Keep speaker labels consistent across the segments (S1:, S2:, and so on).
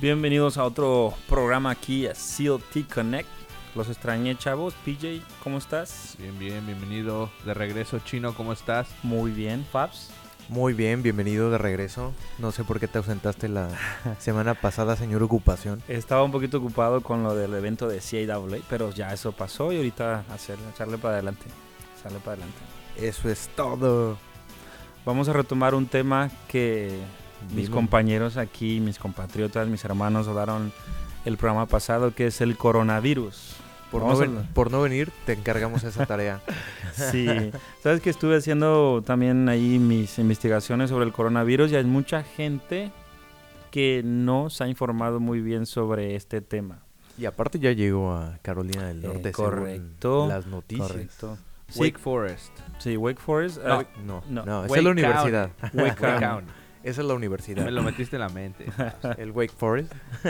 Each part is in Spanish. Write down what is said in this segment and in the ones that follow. S1: Bienvenidos a otro programa aquí a CLT Connect. Los extrañé, chavos. PJ, ¿cómo estás?
S2: Bien, bien, bienvenido de regreso, Chino, ¿cómo estás?
S1: Muy bien, Fabs.
S3: Muy bien, bienvenido de regreso. No sé por qué te ausentaste la semana pasada, señor Ocupación.
S1: Estaba un poquito ocupado con lo del evento de CAA, pero ya eso pasó y ahorita hacer, echarle para adelante. Echarle para adelante.
S3: Eso es todo.
S1: Vamos a retomar un tema que mis
S3: Dime.
S1: compañeros aquí, mis compatriotas, mis hermanos hablaron el programa pasado, que es el coronavirus.
S3: Por no,
S1: Vamos a
S3: ven-
S1: hablar.
S3: por no venir, te encargamos esa tarea.
S1: Sí, sabes que estuve haciendo también ahí mis investigaciones sobre el coronavirus y hay mucha gente que no se ha informado muy bien sobre este tema.
S3: y aparte ya llegó a Carolina del
S1: Eh,
S3: Norte. según
S1: correcto,
S3: Las noticias.
S1: Correcto. Sí,
S2: Wake Forest.
S1: sí, Wake Forest.
S2: No.
S1: eh,
S3: No,
S1: No.
S3: no, esa es la
S2: Wake County.
S3: universidad.
S1: Wake
S2: Wake
S1: County.
S2: County.
S3: Esa es la
S2: Me
S3: universidad.
S2: lo metiste en la mente.
S3: El Wake Forest.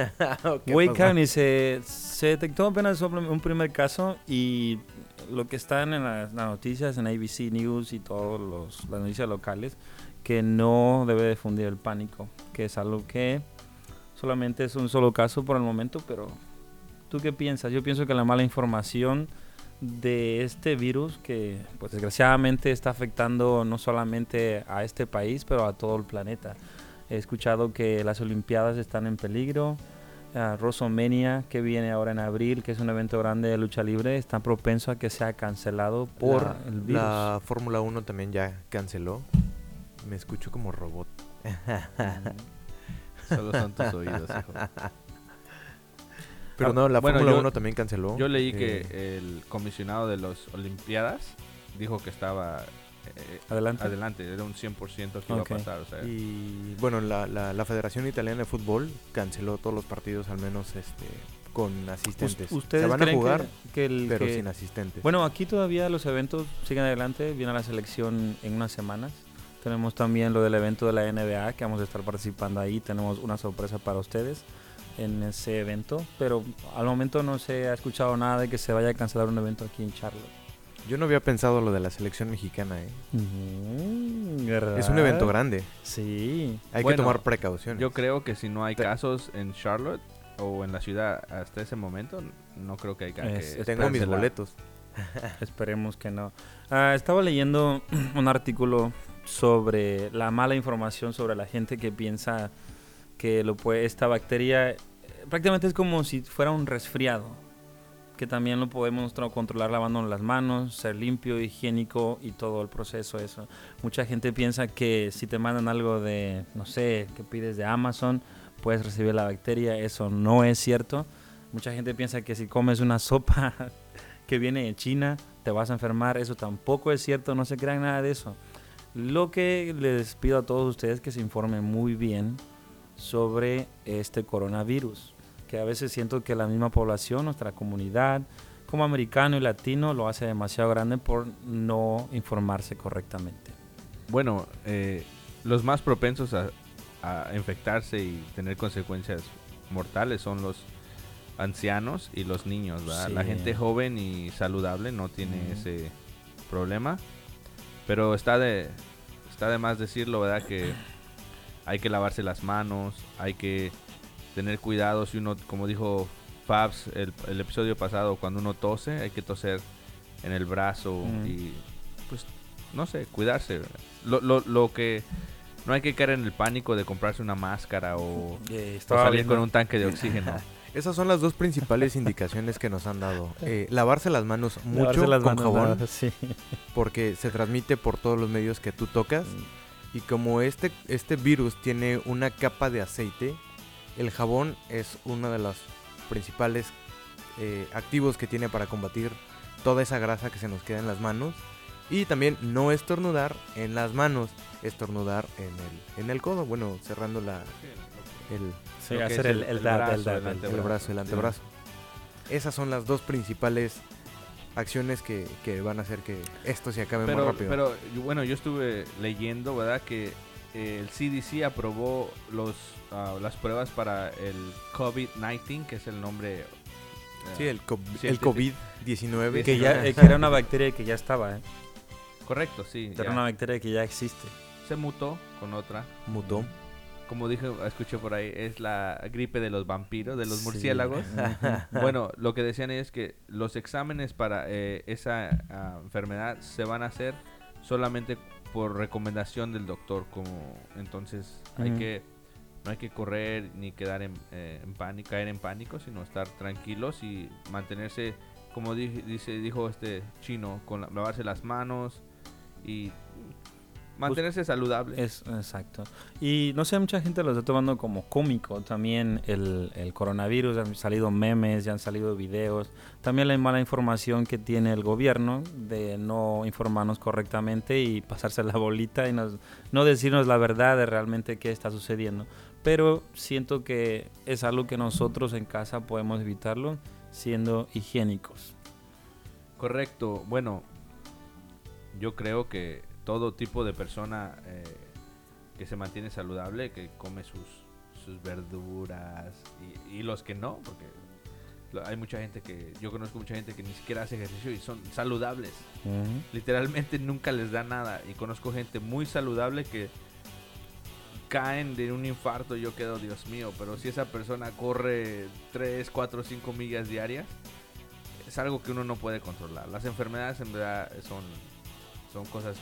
S3: ¿Qué
S1: Wake
S3: pasó?
S1: County se, se detectó apenas sobre un primer caso y lo que están en las, las noticias, en ABC News y todas las noticias locales, que no debe de fundir el pánico, que es algo que solamente es un solo caso por el momento, pero ¿tú qué piensas? Yo pienso que la mala información de este virus que pues desgraciadamente está afectando no solamente a este país, pero a todo el planeta. He escuchado que las Olimpiadas están en peligro, a Rosomenia, que viene ahora en abril, que es un evento grande de lucha libre, está propenso a que sea cancelado por
S3: La-
S1: el virus.
S3: La Fórmula 1 también ya canceló. Me escucho como robot.
S2: Solo son tus oídos, hijo.
S3: Pero
S2: Ah,
S3: no, la
S2: bueno,
S3: Fórmula
S2: yo-
S3: 1 también canceló.
S2: Yo leí
S3: Eh,
S2: que el comisionado de las Olimpiadas dijo que estaba eh,
S1: Adelante.
S2: adelante, era un 100% que iba
S1: Ok.
S2: a pasar. O sea,
S3: Y bueno, la, la- la Federación Italiana de Fútbol canceló todos los partidos, al menos este con asistentes.
S1: Ust- ¿Ustedes
S3: Se van a
S1: creen que-
S3: jugar,
S1: que, el
S3: pero
S1: que-
S3: sin asistentes.
S1: Bueno, aquí todavía los eventos siguen adelante. Viene la selección en unas semanas. Tenemos también lo del evento de la NBA que vamos a estar participando ahí. Tenemos una sorpresa para ustedes en ese evento. Pero al momento no se ha escuchado nada de que se vaya a cancelar un evento aquí en Charlotte.
S3: Yo no había pensado lo de la selección mexicana, ¿eh? Es un evento grande.
S1: Sí.
S3: Hay
S2: Bueno,
S3: que tomar precauciones.
S2: yo creo que si no hay casos en Charlotte o en la ciudad hasta ese momento, no creo que haya que
S1: Es- es-
S3: tengo mis
S2: cancelar.
S3: boletos.
S1: Esperemos que no. Ah, estaba leyendo un artículo sobre la mala información sobre la gente que piensa que lo puede, esta bacteria eh, prácticamente es como si fuera un resfriado, que también lo podemos tra- controlar lavándonos las manos, ser limpio, higiénico y todo el proceso eso. Mucha gente piensa que si te mandan algo de, no sé, que pides de Amazon, puedes recibir la bacteria, eso no es cierto. Mucha gente piensa que si comes una sopa que viene de China, te vas a enfermar. Eso tampoco es cierto, no se crean nada de eso. Lo que les pido a todos ustedes que se informen muy bien sobre este coronavirus, que a veces siento que la misma población, nuestra comunidad, como americano y latino, lo hace demasiado grande por no informarse correctamente.
S2: Bueno, eh, los más propensos a, a infectarse y tener consecuencias mortales son los ancianos y los niños, ¿verdad? La
S1: Sí.
S2: gente joven y saludable no tiene
S1: Ujú.
S2: ese problema, pero está de está de más decirlo, ¿verdad? Que hay que lavarse las manos, hay que tener cuidado si uno, como dijo Fabs el, el episodio pasado, cuando uno tose, hay que toser en el brazo
S1: Ujú.
S2: y pues no sé, cuidarse. Lo, lo, lo que no hay que caer en el pánico de comprarse una máscara o, o
S1: Eh, estaba
S2: salir
S1: viendo-
S2: con un tanque de oxígeno.
S3: Esas son las dos principales indicaciones que nos han dado. Eh, lavarse las manos
S1: lavarse
S3: mucho
S1: las
S3: con
S1: manos,
S3: jabón,
S1: ¿verdad? Sí.
S3: porque se transmite por todos los medios que tú tocas.
S2: Mm.
S3: Y como este, este virus tiene una capa de aceite, el jabón es uno de los principales eh, activos que tiene para combatir toda esa grasa que se nos queda en las manos. Y también no estornudar en las manos, estornudar en el, en el codo, bueno, cerrando la, el,
S1: Sí,
S2: Lo que
S1: hacer
S2: es
S1: el,
S2: el-
S1: el
S2: el
S1: dab,
S2: brazo,
S1: el dab,
S2: el
S1: el-
S3: el brazo, el antebrazo. Esas son las dos principales acciones que, que van a hacer que esto se acabe más
S2: pero,
S3: rápido.
S2: pero yo- bueno, yo estuve leyendo, ¿verdad? Que eh, el CDC aprobó los, ah, las pruebas para el COVID-19, que es el nombre... eh,
S3: Sí, el, co-
S2: Sí,
S3: el
S2: sí, sí.
S3: COVID-19.
S1: Que ya eh, que era una bacteria que ya estaba, ¿eh?
S2: Correcto, sí.
S1: Era
S2: ya.
S1: una bacteria que ya existe.
S2: Se mutó con otra.
S3: Mutó.
S2: como dije, escuché por ahí, es la gripe de los vampiros, de los
S1: Sí.
S2: murciélagos. bueno, lo que decían es que los exámenes para eh, esa ah, enfermedad se van a hacer solamente por recomendación del doctor, como entonces hay
S1: Ujú.
S2: que no hay que correr ni quedar en, eh, en pánico, caer en pánico, sino estar tranquilos y mantenerse, como di- dice dijo este chino, con la- lavarse las manos y
S1: Pues
S2: mantenerse saludable.
S1: Es, exacto. Y no sé, mucha gente lo está tomando como cómico también el, el coronavirus. Han salido memes, ya han salido videos. También la mala información que tiene el gobierno de no informarnos correctamente y pasarse la bolita y nos- no decirnos la verdad de realmente qué está sucediendo. Pero siento que es algo que nosotros en casa podemos evitarlo siendo higiénicos.
S2: Correcto. Bueno, yo creo que todo tipo de persona eh, que se mantiene saludable, que come sus, sus verduras y, y los que no, porque lo- hay mucha gente que, yo conozco mucha gente que ni siquiera hace ejercicio y son saludables. Literalmente nunca les da nada. Y conozco gente muy saludable que caen de un infarto y yo quedo, Dios mío, pero si esa persona corre 3, 4, 5 millas diarias, es algo que uno no puede controlar. Las enfermedades en verdad son, son cosas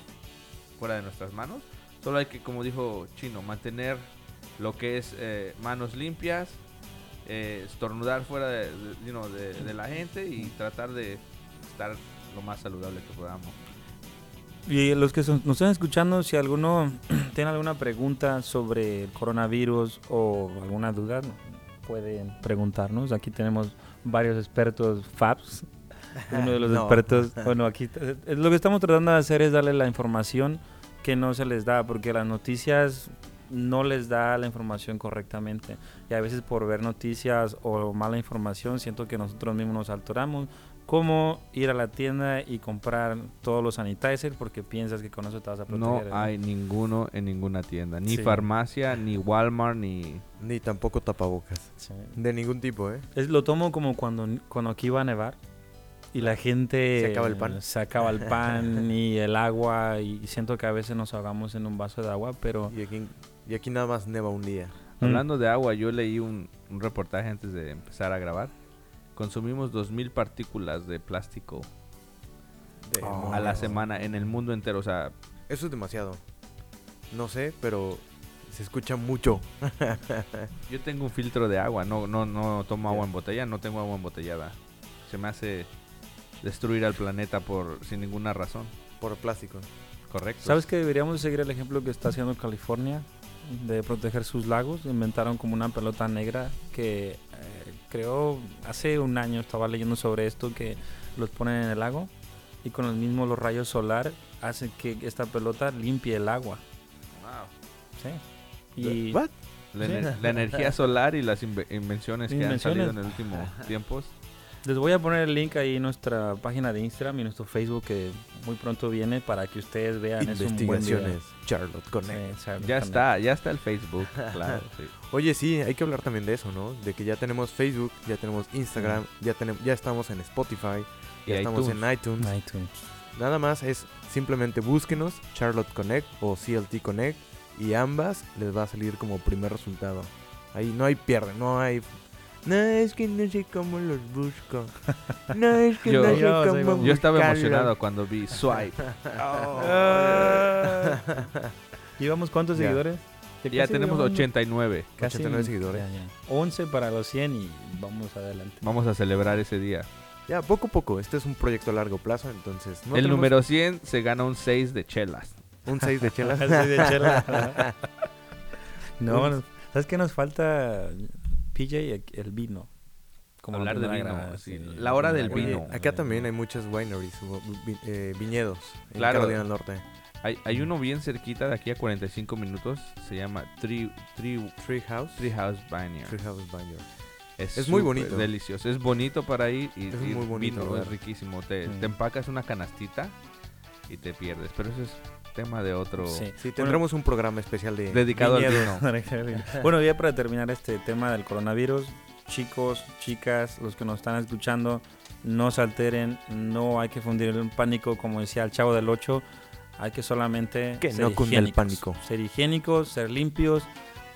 S2: fuera de nuestras manos. Solo hay que, como dijo Chino, mantener lo que es eh, manos limpias, eh, estornudar fuera de, de- you know, de- de la gente y tratar de estar lo más saludable que podamos.
S1: Y los que son- nos están escuchando, si alguno tiene alguna pregunta sobre el coronavirus o alguna duda, pueden preguntarnos. Aquí tenemos varios expertos FAPS. Uno de los
S3: No.
S1: expertos, bueno, aquí está- es- lo que estamos tratando de hacer es darle la información que no se les da, porque las noticias no les da la información correctamente. Y a veces por ver noticias o mala información, siento que nosotros mismos nos alteramos cómo ir a la tienda y comprar todos los sanitizers porque piensas que con eso te vas a
S2: No
S1: proteger.
S2: hay ninguno en ninguna tienda, ni
S1: Sí.
S2: farmacia, ni Walmart, ni...
S3: Ni tampoco tapabocas.
S1: Sí.
S3: De ningún tipo, ¿eh?
S1: Es- lo tomo como cuando, cuando aquí iba a nevar y la gente...
S3: Se acaba el pan.
S1: eh, Se acaba el pan y el agua y siento que a veces nos ahogamos en un vaso de agua, pero...
S3: Y aquí, y aquí nada más neva un día.
S1: Mm.
S2: Hablando de agua, yo leí un, un reportaje antes de empezar a grabar. Consumimos 2.000 partículas de plástico eh,
S3: De-
S1: Oh.
S2: a la semana en el mundo entero. O sea,
S3: Eso es demasiado. No sé, pero se escucha mucho.
S2: yo tengo un filtro de agua, no, no, no tomo agua
S3: Ya.
S2: en botella, no tengo agua embotellada. Se me hace destruir al planeta por sin ninguna razón,
S3: Por plástico.
S2: ¿correcto?
S1: ¿Sabes que deberíamos seguir el ejemplo que está haciendo California de proteger sus lagos? Inventaron como una pelota negra que eh, creo hace un año estaba leyendo sobre esto que los ponen en el lago y con el mismo los rayos solar hacen que esta pelota limpie el agua.
S2: Wow.
S1: Sí. Y
S3: ¿What?
S2: La,
S1: Sí.
S2: ener- la energía solar y las inve- invenciones que han
S1: Invenciones.
S2: salido en el último tiempos.
S1: les voy a poner el link ahí en nuestra página de Instagram y nuestro Facebook que muy pronto viene para que ustedes vean. Es un buen video.
S3: Investigaciones. Charlotte Connect.
S1: Sí, exacto.
S2: Ya está, ya está el Facebook, claro, sí.
S3: Oye, sí, hay que hablar también de eso, ¿no? De que ya tenemos Facebook, ya tenemos Instagram, ya, tenemos, ya estamos en Spotify,
S2: Mm. Y
S3: ya estamos
S2: iTunes.
S3: en iTunes.
S1: iTunes.
S3: Nada más es simplemente búsquenos Charlotte Connect o CLT Connect y ambas les va a salir como primer resultado. Ahí no hay pierde, no hay... No, es que no sé cómo los busco. No, es que
S2: Yo-
S3: no sé
S1: yo
S3: cómo
S1: soy como-
S2: Yo estaba
S3: buscarlos".
S2: emocionado cuando vi Swipe.
S1: ¿Y vamos cuántos
S3: Ya.
S1: seguidores?
S2: ya tenemos 89.
S3: 89 seguidores.
S1: ya, ya. 11 para los 100 y vamos adelante.
S2: Vamos a celebrar ese día.
S3: Ya, poco a poco. Este es un proyecto a largo plazo, entonces... no
S2: el
S3: tenemos
S2: número 100 se gana un 6 de chelas.
S3: Un 6 de chelas.
S1: Así de chela. no, nos- ¿sabes qué nos falta? PJ, el vino. lo
S2: Hablar
S1: que
S2: de
S1: no
S2: vino,
S1: agrada,
S2: sí. La hora del
S3: Oye,
S2: vino.
S3: Eh, acá también hay muchas wineries, o vi- eh, viñedos en
S2: Claro.
S3: Carolina del Norte.
S2: Hay, hay uno bien cerquita de aquí a 45 minutos. Se llama Tree, Tree,
S3: Tree House.
S2: Tree House Vineyard.
S3: Tree House Vineyard.
S2: Es,
S3: Es muy
S2: súper
S3: bonito.
S2: Delicioso. Es bonito para ir y,
S3: Es
S2: y
S3: muy bonito
S2: vino
S3: lugar.
S2: es riquísimo. Te,
S1: Mm.
S2: te empacas una canastita y te pierdes. Pero eso es tema de otro.
S1: Sí.
S3: Sí,
S1: Bueno,
S3: tendremos un programa especial de...
S2: Dedicado al
S1: Viñedos.
S2: vino.
S1: bueno, ya para terminar este tema del coronavirus, chicos, chicas, los que nos están escuchando, no se alteren, no hay que fundir el pánico, como decía el chavo del 8, hay que solamente
S3: Que
S1: ser
S3: no cunda el
S1: higiénicos.
S3: pánico.
S1: Ser higiénicos, ser limpios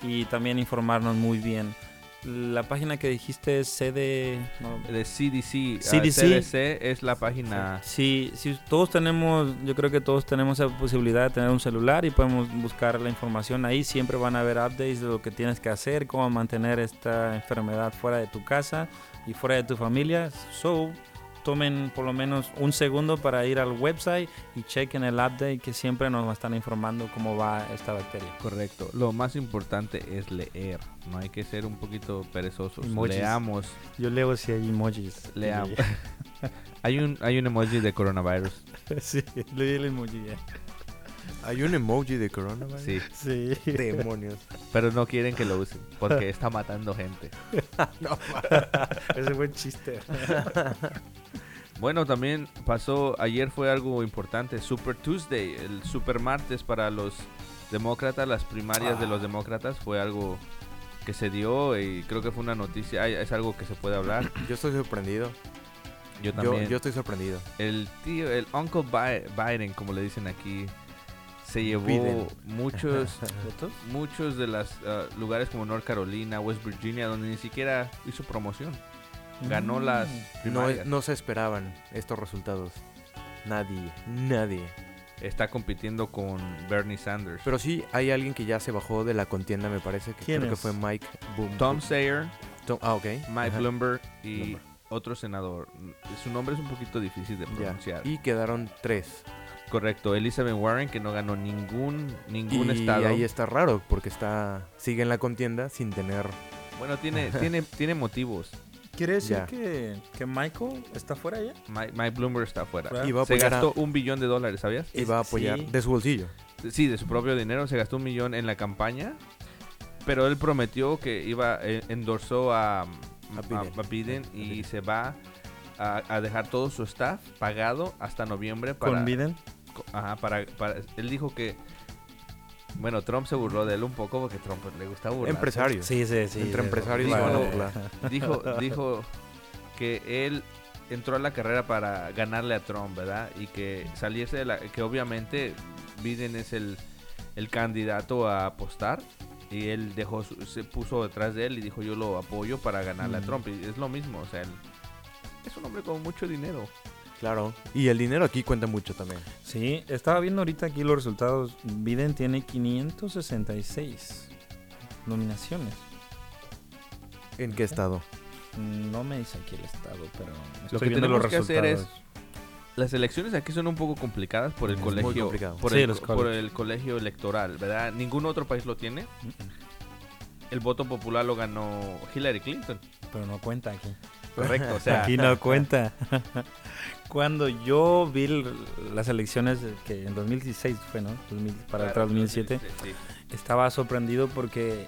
S1: y también informarnos muy bien. La página que dijiste es CD... no,
S2: De CDC. ah,
S1: CDC.
S2: CDC es la página.
S1: Sí, sí, todos tenemos, yo creo que todos tenemos esa posibilidad de tener un celular y podemos buscar la información ahí. Siempre van a haber updates de lo que tienes que hacer, cómo mantener esta enfermedad fuera de tu casa y fuera de tu familia. So, tomen por lo menos un segundo para ir al website y chequen el update que siempre nos están informando cómo va esta bacteria.
S2: Correcto. Lo más importante es leer. No hay que ser un poquito perezosos.
S1: Emojis.
S2: Leamos.
S1: Yo leo si hay emojis.
S2: Leamos. hay, un, hay un emoji de coronavirus.
S1: sí, leí el emoji.
S3: Hay un emoji de coronavirus.
S2: Sí.
S1: Sí.
S3: Demonios.
S2: Pero no quieren que lo usen porque está matando gente.
S1: Ese buen chiste.
S2: Bueno, también pasó, ayer fue algo importante, Super Tuesday, el Super Martes para los demócratas, las primarias de los demócratas, fue algo que se dio y creo que fue una noticia, ay, es algo que se puede hablar.
S3: Yo estoy sorprendido.
S2: Yo
S3: Yo,
S2: también.
S3: yo estoy sorprendido.
S2: El tío, el Uncle Bi- Biden, como le dicen aquí, se llevó
S3: Biden.
S2: muchos, muchos de los lugares como North Carolina, West Virginia, donde ni siquiera hizo promoción. Ganó las
S3: Mm. No,
S2: primarias.
S3: no se esperaban estos resultados. Nadie, nadie.
S2: Está compitiendo con Bernie Sanders.
S3: Pero sí, hay alguien que ya se bajó de la contienda, me parece. Que
S1: ¿Quién
S3: creo
S1: es?
S3: que fue Mike Boom.
S2: Tom Sayer,
S3: Tom- ah, ok.
S2: Mike
S3: Ajá,
S2: Bloomberg y
S3: Bloomberg.
S2: otro senador. Su nombre es un poquito difícil de
S3: ya.
S2: pronunciar.
S3: Y quedaron tres.
S2: Correcto, Elizabeth Warren, que no ganó ningún ningún
S3: y
S2: estado.
S3: ahí está raro, porque está sigue en la contienda sin tener...
S2: Bueno, tiene tiene tiene motivos.
S1: ¿Quiere decir
S3: Ya.
S1: que, que Michael está fuera ya?
S2: Mike, Mike Bloomberg está afuera.
S1: Claro.
S3: Y va a
S2: Se
S3: apoyar, a-
S2: gastó un billón de dólares, ¿sabías?
S3: y va a apoyar
S1: Sí.
S3: de su bolsillo.
S2: Sí, de su propio dinero. Se gastó un millón en la campaña. Pero él prometió que iba, eh, endorsó a, a,
S3: Biden.
S2: a Biden
S3: Ajá, a
S2: y
S3: Biden.
S2: se va a, a dejar todo su staff pagado hasta noviembre para,
S1: Con Biden.
S2: co- ajá, para, para- él dijo que bueno, Trump se burló de él un poco porque Trump pues, le gusta burlar.
S3: Empresario.
S1: Sí, sí, sí.
S3: Entre
S1: sí,
S3: empresarios
S1: sí.
S3: se van a
S2: Digo-
S3: burlar.
S2: Dijo, dijo que él entró a la carrera para ganarle a Trump, ¿verdad? Y que saliese de la que obviamente Biden es el, el candidato a apostar y él dejó su- se puso detrás de él y dijo, "Yo lo apoyo para ganarle a
S1: Mm.
S2: Trump." Y es lo mismo, o sea, él es un hombre con mucho dinero.
S3: Claro. Y el dinero aquí cuenta mucho también.
S1: Sí, estaba viendo ahorita aquí los resultados. Biden tiene 566 nominaciones.
S3: ¿En qué estado?
S1: Pues No me dice aquí el estado, pero
S2: Lo que tenemos que hacer Las elecciones aquí son un poco complicadas por el
S3: Es muy
S2: colegio
S3: complicado.
S2: por
S1: Sí,
S2: el,
S1: los
S2: por
S1: colleges.
S2: el colegio electoral, ¿verdad? Ningún otro país lo tiene. El voto popular lo ganó Hillary Clinton.
S1: Pero no cuenta aquí.
S2: Correcto, o sea,
S1: aquí no cuenta. Cuando yo vi l- las elecciones de- que en 2016 fue, ¿no? 2000 para atrás, 2007.
S2: Sí,
S1: estaba sorprendido porque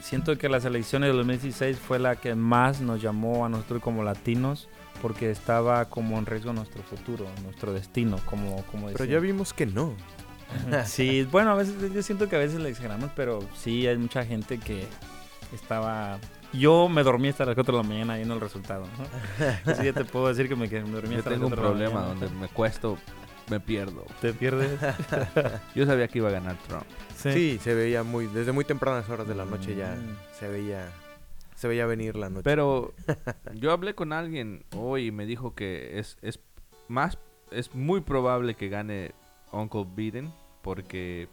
S1: siento que las elecciones del 2016 fue la que más nos llamó a nosotros como latinos porque estaba como en riesgo nuestro futuro, nuestro destino, como, como
S3: Pero
S1: decía.
S3: ya vimos que no.
S1: Sí, bueno, a veces yo siento que a veces le exageramos, pero sí hay mucha gente que estaba... Yo me dormí hasta las 4 de la mañana viendo el resultado. ¿no? Así que te puedo decir que me, que me dormí
S2: Yo
S1: hasta
S2: tengo un
S1: las 4 de la
S2: problema
S1: mañana.
S2: donde me cuesto, me pierdo.
S1: te pierdes.
S2: Yo sabía que iba a ganar Trump.
S3: Sí, se veía muy... Desde muy tempranas horas de la noche ya
S1: Mm.
S3: se veía... Se veía venir la noche.
S2: Pero yo hablé con alguien hoy y me dijo que es, es más es muy probable que gane Uncle Biden porque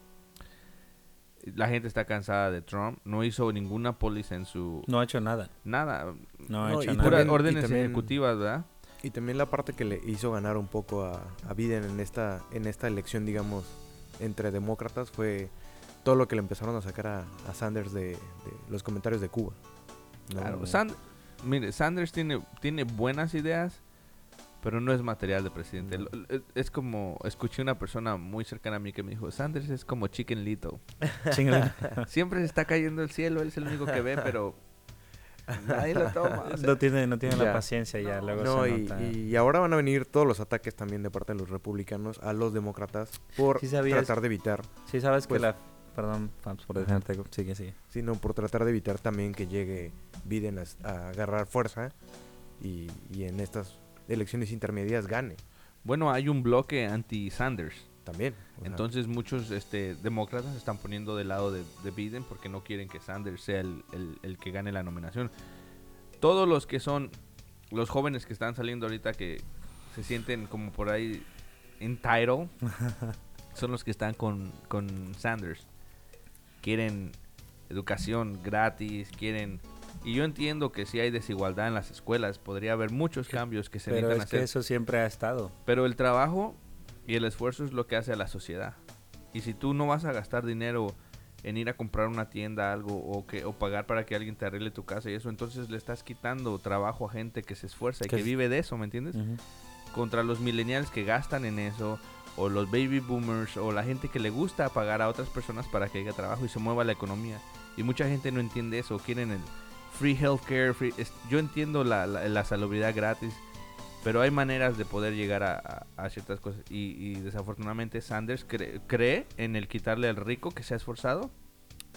S2: la gente está cansada de Trump, no hizo ninguna póliza en su
S1: No ha hecho nada.
S2: nada,
S1: No ha
S3: No,
S1: hecho
S3: y
S1: nada.
S2: puras
S3: también-
S2: órdenes
S3: también-
S2: ejecutivas, ¿verdad?
S3: Y también la parte que le hizo ganar un poco a, a Biden en esta, en esta elección, digamos, entre demócratas fue todo lo que le empezaron a sacar a, a Sanders de, de los comentarios de Cuba. ¿no?
S2: Claro, Sand- mire, Sanders tiene, tiene buenas ideas, pero no es material de presidente. Lo- lo- Es como, escuché una persona muy cercana a mí que me dijo, Sanders es como Chicken Lito.
S1: Chingale.
S2: Siempre se está cayendo el cielo, él es el único que ve, pero nadie lo toma. o sea,
S1: No tiene, no tiene la
S3: Ya.
S1: paciencia ya, luego
S3: No,
S1: se
S3: y,
S1: nota.
S3: y ahora van a venir todos los ataques también de parte de los republicanos a los demócratas por
S1: Sí sabías.
S3: tratar de evitar,
S1: Sí, sabes
S3: pues-
S1: que la... Perdón, Fabs, por detenerte. Sigue, sigue.
S3: sino por tratar de evitar también que llegue Biden a, s- a agarrar fuerza y, y en estas elecciones intermedias gane.
S2: Bueno, hay un bloque anti-Sanders.
S3: También. o sea,
S2: Entonces muchos este, demócratas están poniendo del lado de, de Biden porque no quieren que Sanders sea el, el- el que gane la nominación. Todos los que son los jóvenes que están saliendo ahorita que se sienten como por ahí entitled son los que están con, con Sanders. Quieren educación gratis, quieren... Y yo entiendo que si hay desigualdad en las escuelas, podría haber muchos cambios que se
S1: Pero
S2: necesitan
S1: es que
S2: hacer.
S1: eso siempre ha estado.
S2: Pero el trabajo y el esfuerzo es lo que hace a la sociedad. Y si tú no vas a gastar dinero en ir a comprar una tienda, algo, o, que, o pagar para que alguien te arregle tu casa y eso, entonces le estás quitando trabajo a gente que se esfuerza y
S1: Que
S2: que,
S1: es-
S2: vive de eso, ¿me entiendes? Contra los millennials que gastan en eso, o los baby boomers, o la gente que le gusta pagar a otras personas para que haya trabajo y se mueva la economía. Y mucha gente no entiende eso, quieren el free healthcare, free, es- yo entiendo la, la, la salubridad gratis, pero hay maneras de poder llegar a, a- a ciertas cosas. Y, y desafortunadamente Sanders cre- cree en el quitarle al rico que se ha esforzado,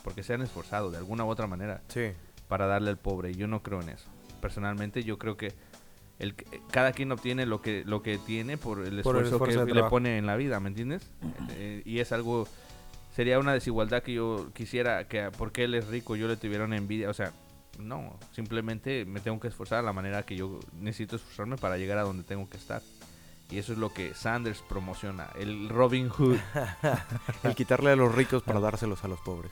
S2: porque se han esforzado de alguna u otra manera
S3: Sí.
S2: para darle al pobre. Yo no creo en eso. Personalmente yo creo que el, que- cada quien obtiene lo que, lo que tiene por el
S3: Por el
S2: esfuerzo,
S3: esfuerzo de
S2: que le
S3: trabajo.
S2: pone en la vida, ¿me entiendes? Eh, y es algo, sería una desigualdad que yo quisiera que porque él es rico yo le tuviera una envidia. O sea, no, simplemente me tengo que esforzar a la manera que yo necesito esforzarme para llegar a donde tengo que estar. Y eso es lo que Sanders promociona, el Robin Hood.
S3: El quitarle a los ricos para dárselos a los pobres.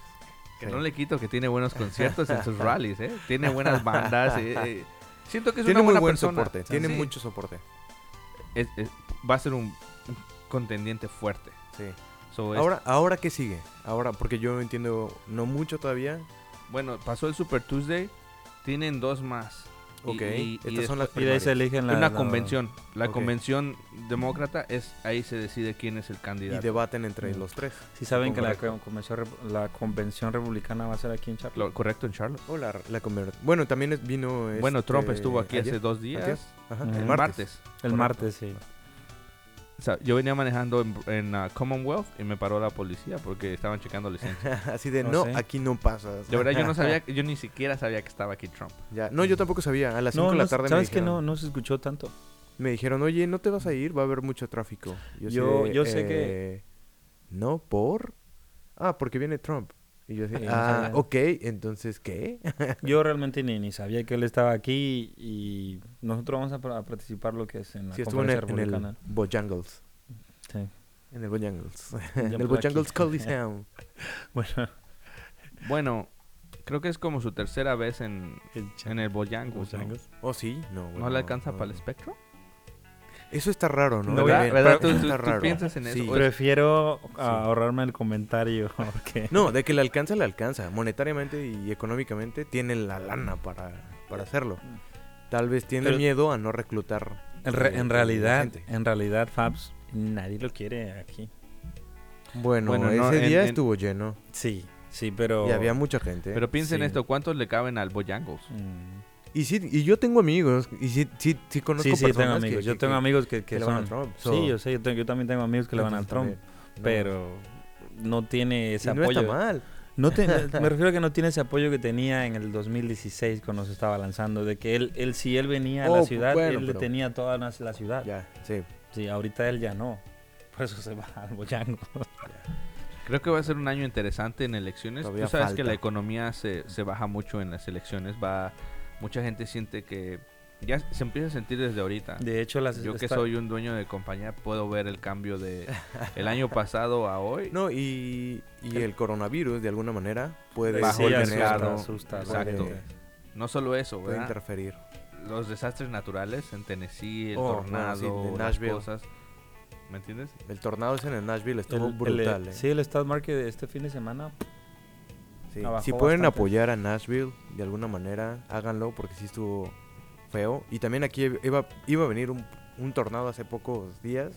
S2: Que
S3: Sí.
S2: no le quito que tiene buenos conciertos en sus rallies, ¿eh? Tiene buenas bandas. eh, eh. Siento que es
S3: Tiene
S2: una
S3: muy
S2: buena
S3: buen
S2: persona.
S3: soporte. Tiene
S2: Sí.
S3: mucho soporte.
S2: Es- es- va a ser un un contendiente fuerte.
S3: Sí.
S2: So, es-
S3: Ahora, ahora qué sigue? Ahora, porque yo no entiendo no mucho todavía.
S2: bueno, pasó el Super Tuesday. Tienen dos más. Y-
S3: Ok.
S2: y- y
S3: Estas
S2: después-
S3: son
S1: Y
S3: las
S1: de ahí
S3: primarias.
S1: se eligen la...
S2: una
S1: la-
S2: convención. La
S3: Ok.
S2: convención demócrata es ahí se decide quién es el
S3: Y
S2: candidato.
S3: debaten entre
S2: Mm.
S3: los tres.
S1: Sí saben que la
S2: Correcto.
S1: convención, re- la convención republicana va a ser aquí en Charlotte.
S2: Lo- correcto en Charlotte.
S3: O la, la conver- Bueno, también es- vino.
S2: Bueno,
S3: este,
S2: Trump estuvo aquí hace
S3: ayer.
S2: dos días.
S3: Antier. Ajá,
S1: Ujú.
S2: El
S3: El martes.
S2: martes.
S1: El
S3: correcto.
S1: martes, sí.
S2: O sea, yo venía manejando en, en, ah, Commonwealth y me paró la policía porque estaban checando licencia.
S3: Así de,
S1: No
S3: no,
S1: sé.
S3: aquí no pasa.
S2: De verdad, yo no sabía, yo ni siquiera sabía que estaba aquí Trump.
S3: Ya, No, yo tampoco sabía. A las 5
S1: No,
S3: de la
S1: no,
S3: tarde
S1: sabes
S3: me
S1: que
S3: dijeron,
S1: no, no se escuchó tanto.
S3: me dijeron, oye, no te vas a ir, va a haber mucho tráfico. así
S1: Yo-
S3: de,
S1: yo sé que-
S3: "Eh, No, por. Ah, porque viene Trump. Y yo
S1: Sí,
S3: decía,
S1: no
S3: ah,
S1: sabía.
S3: ok, entonces, ¿qué?
S1: Yo realmente ni, ni sabía que él estaba aquí y nosotros vamos a, par- a participar lo que es en la
S3: Sí, estuvo en
S1: conferencia
S3: el, en el
S1: republicana.
S3: Bojangles.
S1: Sí.
S3: En el Bojangles.
S1: Ya
S3: en el
S1: por aquí.
S3: Bojangles Coliseum.
S1: Bueno,
S2: Bueno, creo que es como su tercera vez en, en el Boyangos. ¿no?
S3: Oh, sí, no, bueno,
S2: ¿No le alcanza
S3: no,
S2: para el
S3: no.
S2: espectro?
S3: Eso está raro, ¿no?
S1: No,
S3: Bien,
S1: ¿verdad? ¿verdad?
S3: eso
S2: Tú-
S3: está
S2: tú- tú
S3: raro.
S2: piensas en eso,
S3: Sí.
S2: o sea,
S1: Prefiero ah, ahorrarme el comentario porque
S3: No, de que le alcanza, le alcanza. Monetariamente y económicamente tiene la lana para, para hacerlo. Tal vez tiene
S1: Pero-
S3: miedo a no reclutar.
S1: en, re-
S3: eh,
S1: en realidad,
S3: gente.
S1: en realidad Fabs nadie lo quiere aquí.
S3: Bueno,
S2: Bueno,
S3: ese
S2: no, en-
S3: día
S2: en-
S3: estuvo lleno
S1: Sí, sí, pero
S3: y había mucha gente.
S2: Pero piensa en
S1: Sí.
S2: esto, ¿cuántos le caben al Boyangos?
S1: Mm.
S3: Y sí, y yo tengo amigos y sí, sí, sí conozco
S1: Sí, sí, tengo
S3: personas
S1: amigos.
S3: que-
S1: yo
S3: que-
S1: tengo
S3: que-
S1: amigos que, que
S3: le van
S1: son...
S3: al Trump, so-
S1: Sí, yo sé, yo, tengo- yo también tengo amigos que le van al Trump,
S3: Entonces, también, no.
S1: pero no tiene
S3: Y
S1: ese
S3: no
S1: apoyo.
S3: está mal.
S1: No te- me refiero a que no tiene ese apoyo que tenía en el 2016 cuando se estaba lanzando, de que él, él si él venía a
S3: Oh,
S1: la
S3: pu-
S1: ciudad,
S3: bueno,
S1: él le
S3: pero-
S1: tenía toda la, la ciudad.
S3: Ya, sí.
S1: Sí, ahorita él ya no. Por eso se va al Boyango.
S2: Creo que va a ser un año interesante en elecciones.
S3: Todavía
S2: Tú sabes
S3: falta.
S2: que la economía se, se baja mucho en las elecciones. Va, mucha gente siente que ya se empieza a sentir desde ahorita.
S1: De hecho, las
S2: Yo que
S1: esta-
S2: soy un dueño de compañía puedo ver el cambio de el año pasado a hoy.
S3: No, y, y el coronavirus de alguna manera puede
S2: Bajo
S1: Pues sí,
S2: el
S3: voltear
S1: asusta,
S2: mercado.
S1: asusta,
S2: Exacto.
S1: puede-
S2: No solo eso,
S3: puede
S2: ¿verdad?
S3: interferir.
S2: los desastres naturales en Tennessee, el
S3: Oh, bueno, sí,
S2: tornado,
S3: de
S2: las
S3: Nashville.
S2: cosas. ¿Me entiendes?
S3: El tornado ese en el Nashville estuvo
S1: el- el-
S3: brutal. eh.
S1: Sí, el stock market de este fin de semana.
S3: Sí,
S1: Abajó
S3: Si pueden
S1: bastante.
S3: apoyar a Nashville de alguna manera, háganlo porque sí estuvo feo. Y también aquí iba, iba a venir un, un tornado hace pocos días.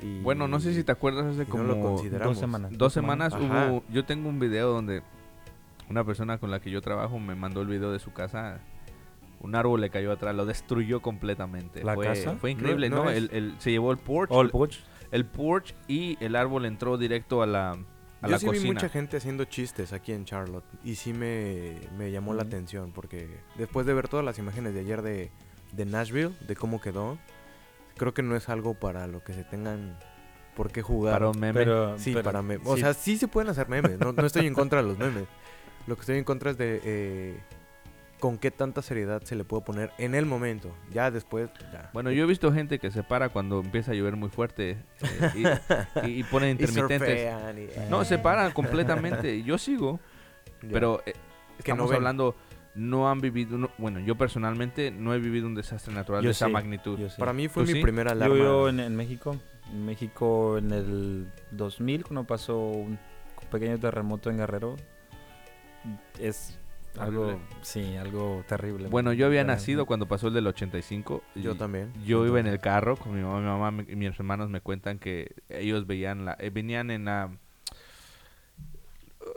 S3: y-
S2: Bueno, no sé si te acuerdas hace
S3: y no
S2: como
S3: lo consideramos.
S1: dos semanas.
S2: dos semanas
S3: Ajá.
S2: hubo... Yo tengo un video donde una persona con la que yo trabajo me mandó el video de su casa. Un árbol le cayó atrás, lo destruyó completamente.
S1: ¿La
S2: fue,
S1: casa?
S2: Fue increíble,
S3: No,
S2: ¿no?
S3: no es- Oh,
S2: el, el- se llevó el porch.
S1: O el
S2: el, porch y el árbol entró directo a la, a
S3: Yo
S2: la
S3: sí
S2: cocina.
S3: vi mucha gente haciendo chistes aquí en Charlotte y sí me, me llamó la
S1: Ujú.
S3: atención porque después de ver todas las imágenes de ayer de, de Nashville, de cómo quedó, creo que no es algo para lo que se tengan por qué jugar.
S2: Para un meme.
S1: Pero,
S3: Sí,
S1: pero-
S3: para memes. O
S1: sí.
S3: sea, sí se pueden hacer memes. No, no estoy en contra de los memes. Lo que estoy en contra es de eh, con qué tanta seriedad se le puede poner en el momento. Ya después, ya.
S2: Bueno, yo he visto gente que se para cuando empieza a llover muy fuerte eh, y, y- y pone
S3: Y
S2: intermitentes.
S3: surfean y- eh,
S2: No, se paran completamente. Yo sigo,
S3: Ya.
S2: pero eh,
S3: Que no
S2: estamos
S3: ven.
S2: hablando, no han vivido, no- bueno, yo personalmente no he vivido un desastre natural
S1: Yo
S2: de esa
S1: sí,
S2: magnitud.
S1: yo sí.
S3: Para mí fue
S2: ¿Tú
S3: mi
S2: sí?
S3: primera
S1: Yo
S3: alarma.
S1: vivo en, en México. En México en el 2000, cuando pasó un pequeño terremoto en Guerrero. Es algo,
S2: Horrible.
S1: sí, algo terrible.
S2: Bueno, yo había
S1: Terrible.
S2: nacido cuando pasó el del 85. y
S3: Yo también.
S2: Yo iba en el carro con mi mamá, mi mamá me- y mis hermanos me cuentan que ellos veían la, eh, venían en la, uh,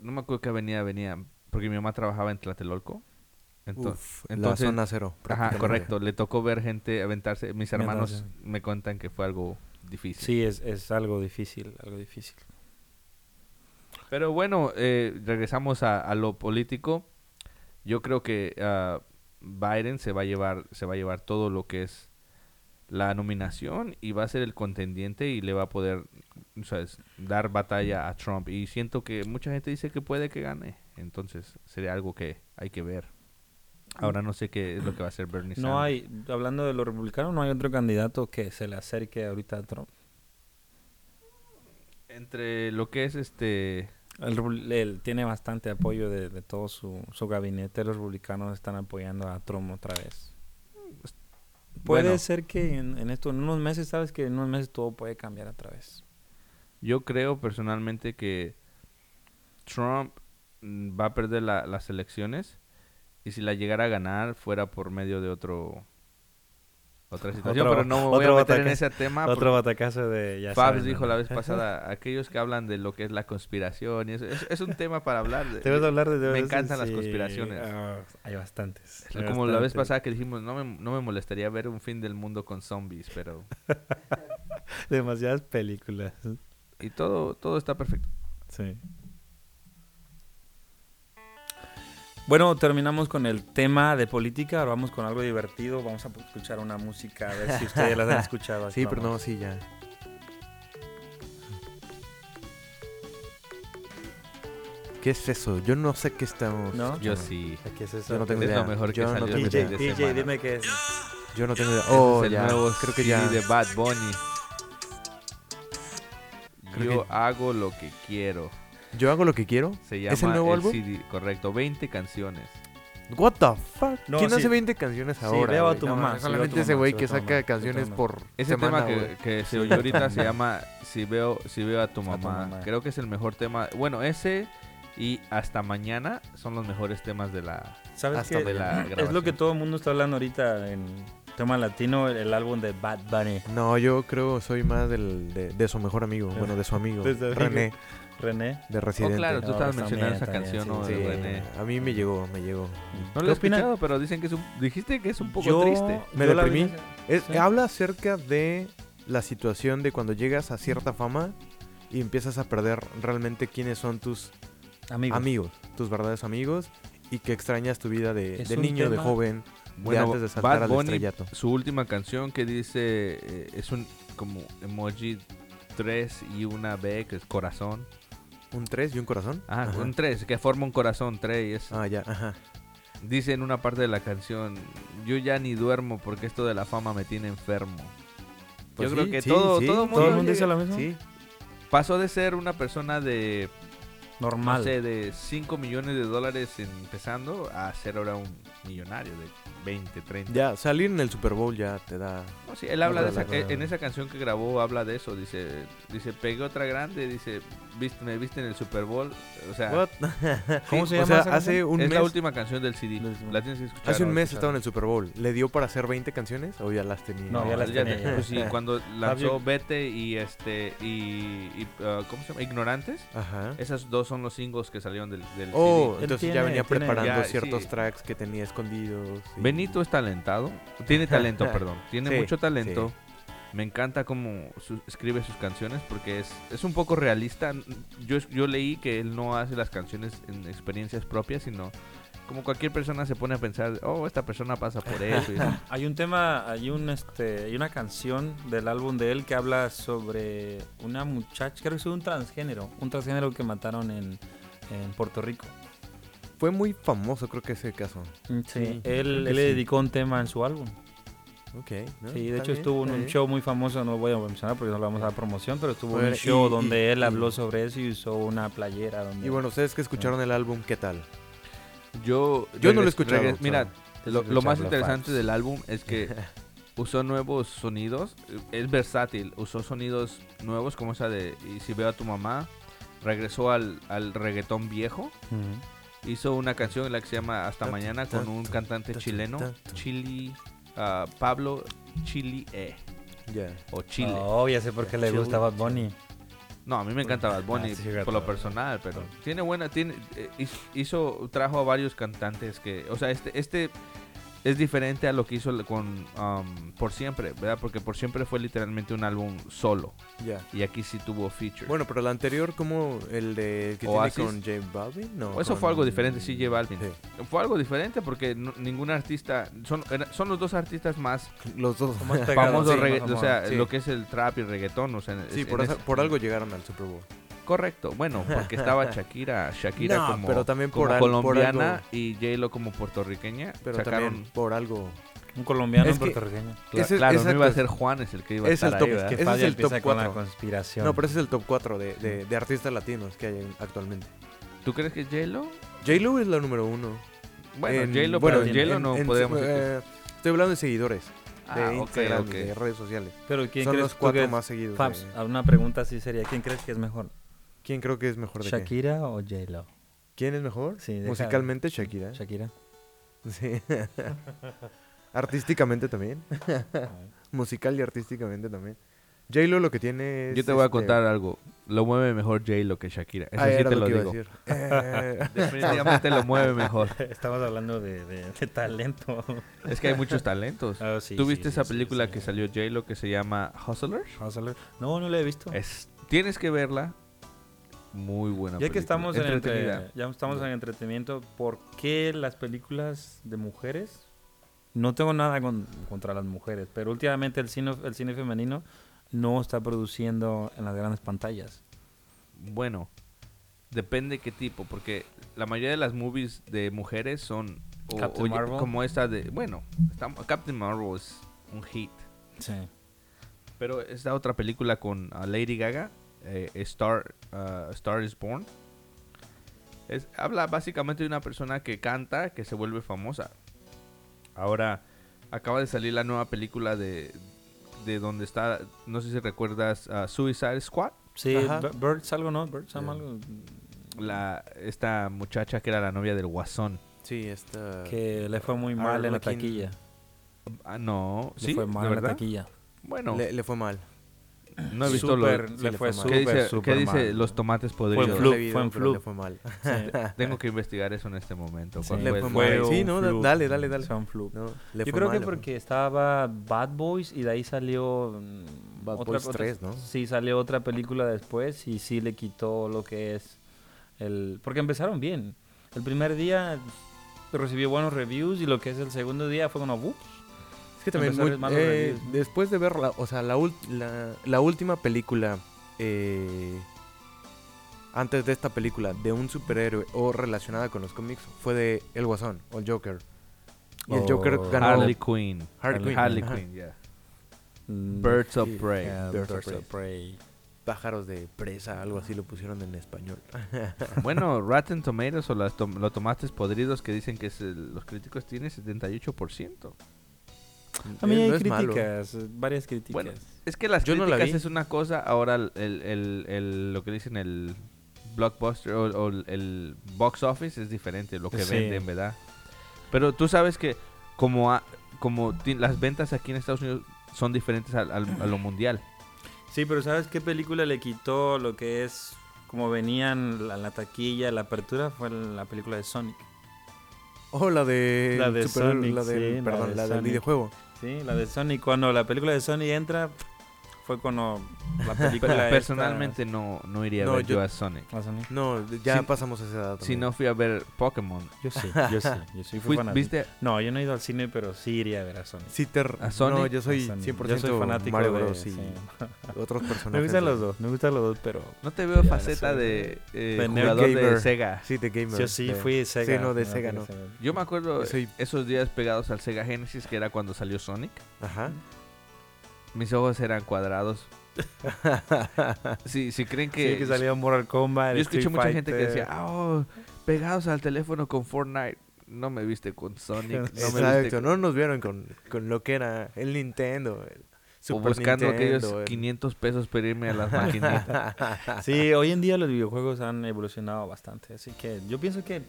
S2: no me acuerdo qué avenida venían, porque mi mamá trabajaba en Tlatelolco. Ento-
S3: Uf,
S2: entonces-
S3: la zona cero.
S2: ajá,
S3: prácticamente.
S2: correcto, le tocó ver gente aventarse. Mis
S1: Me
S2: hermanos
S1: abrazo.
S2: me cuentan que fue algo difícil.
S1: Sí, es, es algo difícil, algo difícil.
S2: Pero bueno, eh, regresamos a, a lo político. Yo creo que ah, Biden se va a llevar, se va a llevar todo lo que es la nominación y va a ser el contendiente y le va a poder, ¿sabes? dar batalla a Trump. Y siento que mucha gente dice que puede que gane. Entonces sería algo que hay que ver. Ahora no sé qué es lo que va a hacer Bernie Sanders.
S1: No hay, hablando de los republicanos, no hay otro candidato que se le acerque ahorita a Trump.
S2: Entre lo que es este...
S1: El repu- él tiene bastante apoyo de, de todo su, su gabinete. Los republicanos están apoyando a Trump otra vez. Puede
S2: Bueno.
S1: ser que en, en esto, en unos meses, sabes que en unos meses todo puede cambiar otra vez.
S2: Yo creo personalmente que Trump mm, va a perder la- las elecciones y si la llegara a ganar fuera por medio de otro otra situación,
S1: Otro-
S2: pero no me voy a
S1: otro
S2: meter en
S1: batacazo.
S2: ese tema.
S1: Otro batacazo de ya
S2: porque Ah, Fabs
S1: saben,
S2: dijo
S1: ¿no?
S2: la vez pasada, aquellos que hablan de lo que es la conspiración y eso, es, es un tema para hablar. de-
S1: Te vas a hablar de
S2: Me encantan las conspiraciones.
S1: Ah, hay bastantes. hay
S2: Como la vez
S1: bastantes.
S2: pasada que dijimos, no me, no me molestaría ver un fin del mundo con zombies, pero...
S1: Demasiadas películas.
S2: Y todo, todo está perfecto.
S1: Sí. Bueno, terminamos con el tema de política. Ahora vamos con algo divertido. Vamos a escuchar una música, a ver si ustedes la han escuchado.
S3: Sí, pero no,
S1: perdón.
S3: sí, ya. ¿Qué es eso? Yo no sé qué estamos.
S1: ¿No?
S2: Yo
S3: escuchando.
S2: sí.
S1: ¿Qué es eso?
S3: Yo no tengo
S2: Es
S3: idea.
S2: lo mejor que
S3: Yo no
S2: salió
S3: tengo
S2: este
S1: DJ,
S2: fin de
S3: idea.
S1: DJ,
S2: semana.
S1: dime qué es.
S3: Yo no tengo idea.
S2: Ese
S3: Oh,
S2: es el
S3: ya.
S2: nuevo
S3: Creo que
S2: CD
S3: ya.
S2: de Bad Bunny.
S3: Creo
S2: Yo
S3: que-
S2: hago lo que quiero.
S3: Yo hago lo que quiero.
S2: Se llama
S3: ¿Es el nuevo álbum?
S2: CD, correcto, 20 canciones.
S3: What the fuck?
S1: No,
S3: ¿Quién
S1: sí.
S3: hace 20 canciones
S1: Sí,
S3: ahora?
S1: veo a
S3: güey?
S1: tu
S3: No,
S1: mamá,
S3: no,
S1: sí, veo a
S3: solamente
S1: tu
S3: ese
S1: mamá,
S3: güey
S1: sí, veo
S3: que
S1: a tu
S3: saca
S1: mamá,
S3: canciones
S1: sí, veo a tu
S3: por
S2: Ese
S3: semana,
S2: tema
S3: güey.
S2: que, que se oyó ahorita se llama Si veo, si veo a tu mamá.
S1: mamá.
S2: Creo que es el mejor tema. Bueno, ese y hasta mañana son los mejores temas de la
S1: ¿Sabes
S3: Hasta
S1: qué?
S2: de la
S1: Es lo
S2: grabación.
S1: que todo el mundo está hablando ahorita en tema latino, el, el álbum de Bad Bunny.
S3: No, yo creo soy más del, de, de su mejor amigo. Bueno, de su amigo.
S1: De su amigo.
S3: René,
S1: René.
S3: de Residente.
S2: Oh, claro, tú
S1: No,
S2: estabas
S1: pues
S2: mencionando esa
S1: también,
S2: canción, ¿no?
S1: también,
S2: de
S3: Sí,
S2: René.
S3: a mí me llegó, me llegó.
S2: No
S1: ¿Qué
S2: lo he
S1: opinas?
S2: escuchado, pero dicen que es un, dijiste que es un poco
S1: Yo-
S2: triste.
S3: Me
S1: yo la vi-
S3: deprimí. Es-
S1: Sí.
S3: Habla acerca de la situación de cuando llegas a cierta fama y empiezas a perder realmente quiénes son tus
S1: Amigos.
S3: amigos, tus verdaderos amigos, y que extrañas tu vida de,
S1: Es
S3: de
S1: un
S3: niño, de
S1: tema-
S3: joven,
S2: Bueno,
S3: de antes de saltar
S2: Bad
S3: al
S2: Bunny,
S3: estrellato.
S2: su última canción que dice eh, es un como emoji 3 y una B que es corazón.
S3: ¿Un 3 y Ah, un corazón?
S2: Ajá,
S3: Ajá.
S2: un 3 que forma un corazón 3 y es-
S3: Ah, ya, ajá.
S2: dice en una parte de la canción, yo ya ni duermo porque esto de la fama me tiene enfermo.
S3: Pues
S2: yo creo
S3: sí,
S2: que
S3: sí,
S2: todo,
S3: sí,
S2: todo
S3: todo
S2: mundo,
S1: el mundo
S2: llega-
S1: dice lo mismo.
S3: Sí,
S2: pasó de ser una persona de
S1: Normal.
S2: no sé, de 5 millones de dólares empezando a ser ahora un millonario de 20, 30.
S3: ya, salir en el Super Bowl ya te da...
S2: No, sí, él habla
S3: No,
S2: de
S3: no,
S2: esa,
S3: no, no.
S2: en esa canción que grabó habla de eso, dice, dice, pegué otra grande, dice, viste, me viste en el Super Bowl, o sea,
S3: What?
S1: ¿Cómo se
S3: o
S1: llama
S3: sea,
S1: esa
S3: hace un
S2: es
S3: mes,
S2: la última canción del CD,
S1: Del CD.
S2: la tienes que escuchar.
S3: hace un
S2: o
S3: mes
S2: escuchar.
S3: estaba en el Super Bowl. ¿Le dio para hacer 20 canciones o ya las tenía?
S1: No, ya las
S2: Ya
S1: tenía,
S2: te-
S1: ya.
S2: pues sí, cuando lanzó
S1: Fabio-
S2: Vete y este y, y, uh, ¿cómo se llama? Ignorantes,
S3: Ajá.
S2: esas dos son los singles que salieron del, del
S3: Oh,
S2: CD.
S1: Él
S3: entonces ya
S1: tiene-
S3: venía
S1: tiene-
S3: preparando
S2: Ya,
S3: ciertos
S2: sí.
S3: tracks que tenía escondidos. y-
S2: Benito es talentado, tiene talento, perdón, tiene
S3: Sí,
S2: mucho talento.
S3: sí.
S2: Me encanta cómo su- escribe sus canciones porque es, es un poco realista. Yo, yo leí que él no hace las canciones en experiencias propias, sino como cualquier persona se pone a pensar, oh, esta persona pasa por eso. y-
S1: Hay un tema, hay un este, hay una canción del álbum de él que habla sobre una muchacha, creo que es un transgénero, un transgénero que mataron en, en Puerto Rico.
S3: Fue muy famoso, creo que ese caso.
S1: Sí,
S3: Mm, Sí, creo
S1: Eh, él,
S3: que
S1: él le
S3: sí. Ah,
S1: dedicó un tema en su álbum.
S3: Ok.
S1: Sí, de hecho estuvo en un show muy famoso, no lo voy a mencionar porque no le vamos a dar promoción, pero estuvo en
S3: Oye,
S1: un show
S3: y-
S1: donde
S3: y-
S1: él
S3: y-
S1: habló sobre eso y usó una playera. Donde
S3: Y bueno, ustedes que
S1: Ah.
S3: escucharon el álbum, ¿qué tal?
S2: Yo,
S3: Yo no lo he
S2: regres-
S3: escuchado,
S2: regres- Mira,
S3: solo
S2: lo,
S3: estoy
S2: lo más
S3: escuchando
S2: interesante
S3: facts.
S2: del álbum es que usó nuevos sonidos. Es versátil. Usó sonidos nuevos como esa de Y si veo a tu mamá. Regresó al, al reggaetón viejo.
S1: Ujú.
S2: Hizo una canción la que se llama Hasta Mañana con un cantante chileno. Chili. ah, Pablo Chili E.
S3: Ya.
S2: O Chile.
S1: Oh, ya sé por qué le
S3: Chile,
S1: gusta Bad Bunny.
S2: No, a mí me encanta Bad Bunny
S1: Ah, sí, gato.
S2: por lo personal, pero tiene buena, tiene eh, hiz- hizo trajo a varios cantantes que, o sea, este este es diferente a lo que hizo el- con um, por siempre, ¿verdad? Porque por siempre fue literalmente un álbum solo
S3: Ya.
S2: y aquí sí tuvo feature.
S3: Bueno, pero el anterior, como el de que
S2: Oasis.
S3: tiene con J Balvin, no.
S2: O eso
S3: con-
S2: fue algo diferente, sí, J Balvin.
S3: Sí,
S2: fue algo diferente porque no- ningún artista son era- son los dos artistas más
S3: los dos.
S1: Son más pegados,
S2: famosos,
S1: sí,
S2: regga-
S1: más
S2: o sea,
S3: famosos, sí.
S2: lo que es el trap y reggaetón, o sea, en-
S3: Sí,
S2: en
S3: por,
S2: ese-
S3: esa- por algo llegaron al Super Bowl.
S2: Correcto, bueno, porque estaba Shakira, Shakira
S3: No,
S2: como,
S3: pero también
S2: como
S3: por al- por
S2: colombiana
S3: algo.
S2: y J-Lo como puertorriqueña.
S3: Pero
S2: sacaron,
S3: también por algo.
S1: Un colombiano
S3: Es que-
S1: puertorriqueño.
S2: Cla-
S3: Ese-
S2: claro,
S3: exacto,
S2: no iba a
S3: es-
S2: ser Juanes el que iba a
S3: es el
S2: estar ahí,
S3: top-
S2: ¿verdad?
S1: Que
S3: Ese es
S1: Fabio
S3: el
S1: empieza
S3: top
S1: con la
S3: cuatro.
S1: conspiración.
S3: No, pero ese es el top 4 de, de- de artistas latinos que hay actualmente.
S2: ¿Tú crees que J-Lo?
S3: J-Lo es la número uno.
S2: Bueno,
S3: En-
S2: J-Lo,
S3: bueno,
S2: pero
S1: en-
S2: J-Lo
S3: en-
S2: no
S3: en-
S2: podríamos decir que-
S3: eh, Estoy hablando de seguidores, de
S2: Ah, ok,
S3: Instagram,
S2: ok.
S3: y de redes sociales.
S1: Pero ¿quién
S3: Son
S1: crees
S3: los
S1: tú
S3: cuatro
S1: que-
S3: más seguidos.
S1: Fabs,
S3: de-
S1: a una pregunta así sería, ¿quién crees que es mejor?
S3: ¿Quién creo que es mejor de qué?
S1: ¿Shakira o J-Lo?
S3: ¿Quién es mejor?
S1: Sí, deja-
S3: Musicalmente Shakira.
S1: Shakira.
S3: Sí. artísticamente también. Musical y artísticamente también. J-Lo lo que tiene es...
S2: Yo te voy a
S3: este,
S2: contar algo. Lo mueve mejor J-Lo que Shakira. Eso
S3: ah,
S2: sí
S3: era
S2: te
S3: lo
S2: lo
S3: que iba a
S2: digo.
S3: decir. Eh,
S2: Definitivamente lo mueve mejor.
S1: Estamos hablando de, de- de talento.
S2: Es que hay muchos talentos.
S1: Ah, sí,
S2: ¿Tú
S1: sí,
S2: viste
S1: sí,
S2: esa
S1: sí,
S2: película
S1: sí.
S2: que salió J-Lo que se llama Hustlers?
S1: Vamos a hablar- No, no lo he visto.
S2: Es- tienes que verla. Muy buena
S1: ya que
S2: película.
S1: estamos en,
S2: Entretenida.
S1: entre- ya estamos en entretenimiento, ¿por qué las películas de mujeres? No tengo nada con- contra las mujeres, pero últimamente el cine, el cine femenino no está produciendo en las grandes pantallas.
S2: Bueno, depende qué tipo, porque la mayoría de las movies de mujeres son o-
S1: Captain
S2: o ya-
S1: Marvel.
S2: como esta de, bueno, estamos- Captain Marvel es un hit,
S1: Sí.
S2: pero esta otra película con ah, Lady Gaga, eh, Star, ah, Star is Born, es, habla básicamente de una persona que canta, que se vuelve famosa. Ahora acaba de salir la nueva película de de donde está, no sé si recuerdas ah, Suicide Squad.
S1: Sí,
S3: Ajá.
S1: Bi- Birds algo, ¿no? Birds
S3: Ya.
S1: algo.
S2: la esta muchacha que era la novia del guasón.
S3: sí, este, esta...
S1: Que le fue muy mal en la
S3: Arlequín.
S1: taquilla.
S2: Ah, no,
S1: Le
S2: sí,
S1: fue mal
S2: ¿De
S1: en la
S2: verdad?
S1: taquilla.
S2: Bueno,
S3: Le, le fue mal.
S2: no he visto
S1: Súper,
S2: lo
S3: sí,
S1: le
S3: le
S1: fue
S3: fue mal.
S2: ¿Qué
S1: súper,
S2: dice,
S1: súper
S2: qué dice
S1: mal.
S2: los tomates
S1: Fue
S3: Yo
S1: en
S3: no
S2: podridos?
S1: flu,
S3: la vi,
S1: fue en
S3: pero
S1: flu.
S3: Le fue mal.
S1: Sí.
S2: Tengo que investigar eso en este momento.
S1: Sí.
S2: ¿Cuál
S1: Le
S2: fue
S1: fue
S2: el-
S1: mal.
S3: Sí, no, da-
S1: flu.
S3: dale, dale, dale.
S1: Son flu.
S3: No, le
S1: Yo
S3: fue
S1: creo
S3: mal,
S1: que
S3: le fue
S1: porque estaba Bad Boys y de ahí salió... mm,
S3: Bad
S1: otra-
S3: Boys
S1: otra-
S3: 3, ¿no?
S1: Sí, salió otra película después y sí le quitó lo que es el... Porque empezaron bien. El primer día recibió buenos reviews y lo que es el segundo día fue como... "Uf".
S3: Es que también
S1: Empezar
S3: muy-
S1: es malo
S3: eh,
S1: reviews.
S3: después de verla, o sea, la, ult- la, la última película eh, antes de esta película de un superhéroe o relacionada con los cómics fue de El Guasón o el Joker. Y el Joker
S1: Oh.
S3: ganó
S2: Harley Quinn.
S3: Harley Quinn.
S2: Harley
S3: Ajá.
S2: Quinn, yeah.
S1: Mm,
S2: Birds of
S3: Sí.
S2: Prey.
S1: yeah,
S3: Birds
S1: Birds
S3: eh, of Eh,
S1: of Prey.
S3: Pájaros de presa, algo así lo pusieron en español.
S2: Bueno, Rotten Tomatoes o las tom- los tomates podridos que dicen que es el- los críticos tienen 78%.
S1: A mí
S3: Eh,
S1: hay
S3: no es malo.
S1: críticas, varias críticas.
S2: Bueno, es que las
S3: Yo no la
S2: críticas es
S3: vi.
S2: una cosa, ahora el, el- el- el- lo que dicen el blockbuster o, o el- el box office es diferente, lo que
S1: Sí.
S2: venden, ¿verdad? Pero tú sabes que como, a- como ti- las ventas aquí en Estados Unidos son diferentes al- al- a lo mundial.
S1: Sí, pero ¿sabes qué película le quitó lo que es como venían la, la taquilla, la apertura? Fue la película de Sonic.
S3: O Oh, la de.
S1: La de
S3: superhéroe-
S1: Sonic,
S3: la del-
S1: sí, la
S3: perdón,
S1: de
S3: la del
S1: Sonic.
S3: videojuego.
S1: Sí, la de Sonic. Cuando la película de Sonic entra, fue cuando la película. esta-
S2: Personalmente no, no iría a
S3: No,
S2: ver yo,
S3: yo-
S2: a Sonic.
S1: ¿La Sonic?
S3: No, ya
S2: Si-
S3: pasamos a esa edad.
S2: Si
S3: también.
S2: no fui a ver Pokémon.
S1: Yo sí, yo sí. Yo sí fui
S2: Fui-
S1: fanático.
S2: ¿Viste?
S1: No, yo no he ido al cine, pero sí iría a ver a Sonic.
S3: Sí te r-
S2: ¿A Sonic?
S3: No, yo soy
S1: A Sonic.
S3: 100%
S1: Yo soy fanático
S3: Mario
S1: de-
S3: Bros. y
S1: sí.
S3: otros personajes.
S1: Me gustan
S3: de-
S1: los dos, me gustan los dos, pero
S2: No te veo
S1: Ya,
S2: faceta
S1: soy-
S2: de eh,
S1: de nerd
S2: jugador de
S3: gamer.
S2: Sega.
S3: Sí, de gamer. este,
S1: yo sí
S3: de-
S1: fui de Sega.
S3: no, de
S1: fanático
S3: Sega no.
S2: Yo me acuerdo
S3: Yo soy-
S2: esos días pegados al Sega Genesis, que era cuando salió Sonic.
S3: Ajá.
S2: Mis ojos eran cuadrados. Si, si creen que...
S1: Sí, que salía Mortal Kombat.
S2: Yo escuché
S1: Street
S2: mucha gente que
S1: Fighter.
S2: decía, "Ah, oh, pegados al teléfono con Fortnite. No me viste con Sonic. No me viste
S3: Exacto,
S2: con-
S3: no nos vieron con, con lo que era el Nintendo. el
S2: O
S3: Super
S2: buscando
S3: Nintendo,
S2: aquellos
S3: el-
S2: 500 pesos para irme a las maquinitas.
S1: Sí, hoy en día los videojuegos han evolucionado bastante, así que yo pienso que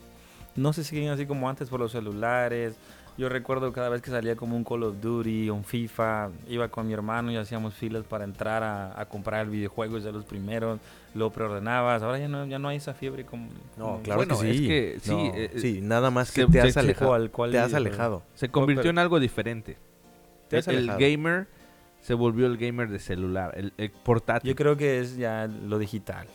S1: no se siguen así como antes por los celulares. Yo recuerdo cada vez que salía como un Call of Duty, un FIFA, iba con mi hermano y hacíamos filas para entrar a, a comprar el videojuego ya los primeros, lo preordenabas. Ahora ya no, ya no hay esa fiebre como...
S3: No,
S1: como-
S3: claro
S2: Bueno,
S3: Mm, que sí.
S2: es que sí,
S3: No,
S2: eh,
S3: sí, nada más
S2: se-
S3: que te
S2: se
S3: has
S2: exige
S1: Chico,
S3: alejado.
S1: ¿al cual
S3: Te has
S1: videojuego?
S3: alejado.
S2: Se convirtió
S1: pero-
S2: en algo diferente.
S1: Te
S2: El,
S1: has
S2: el
S1: alejado.
S2: gamer se volvió el gamer de celular, el, el portátil.
S1: Yo creo que es ya lo digital.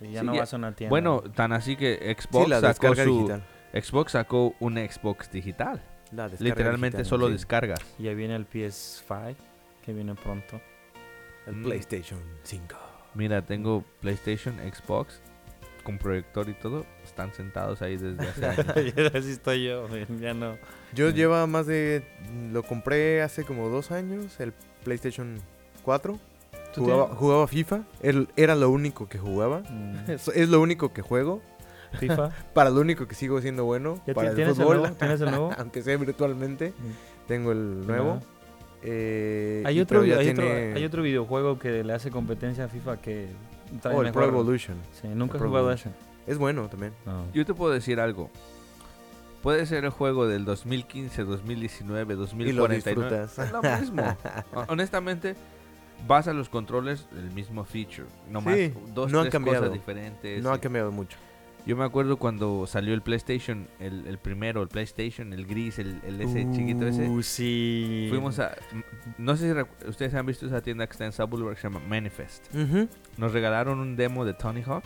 S1: Y ya
S2: Sí,
S1: no
S2: ya-
S1: vas a una tienda.
S2: Bueno, tan así que Xbox
S3: Sí, la
S2: sacó
S3: descarga
S2: su
S3: digital.
S2: Xbox sacó un Xbox digital.
S3: La descarga
S2: Literalmente
S3: digital,
S2: solo
S3: sí.
S2: descargas.
S1: ya viene el PS5, que viene pronto.
S3: El
S2: Mm.
S3: PlayStation 5.
S2: Mira, tengo PlayStation, Xbox con proyector y todo. Están sentados ahí desde hace años.
S1: Así estoy yo, ya no.
S3: Yo
S1: Mm.
S3: lleva más de... Lo compré hace como dos años, el PlayStation 4.
S1: ¿Tú
S3: Jugaba, jugaba FIFA. el- era lo único que jugaba.
S1: Mm,
S3: Es, es lo único que juego.
S1: FIFA.
S3: Para lo único que sigo siendo bueno.
S1: ¿Ya
S3: para
S1: ti- tienes,
S3: el fútbol.
S1: El nuevo, ¿Tienes el nuevo?
S3: aunque sea virtualmente.
S1: Mm.
S3: Tengo el nuevo. eh,
S1: Hay
S3: y-
S1: otro,
S3: pero ya
S1: hay, otro,
S3: tiene-
S1: hay otro videojuego que le hace competencia a FIFA que trae
S3: Oh, el Pro
S1: mejor-
S3: Evolution.
S1: Sí, nunca he
S3: el Pro
S1: jugado a ese.
S3: Evolution. Es bueno también.
S2: Yo te puedo decir algo. Puede ser el juego del 2015, 2019,
S3: Y lo
S2: 2049.
S3: disfrutas.
S2: Es lo mismo. Ho- Honestamente, vas a los controles, el mismo feature. Nomás
S3: Sí,
S2: dos,
S3: no han
S2: tres
S3: cambiado.
S2: cosas diferentes.
S3: No
S2: y-
S3: ha cambiado mucho.
S2: Yo me acuerdo cuando salió el PlayStation, el, el primero, el PlayStation, el gris, el, el ese chiquito ese.
S1: Uh, sí.
S2: Fuimos a. m- No sé si recu- ustedes han visto esa tienda que está en Suburb que se llama Manifest. Nos regalaron un demo de Tony Hawk.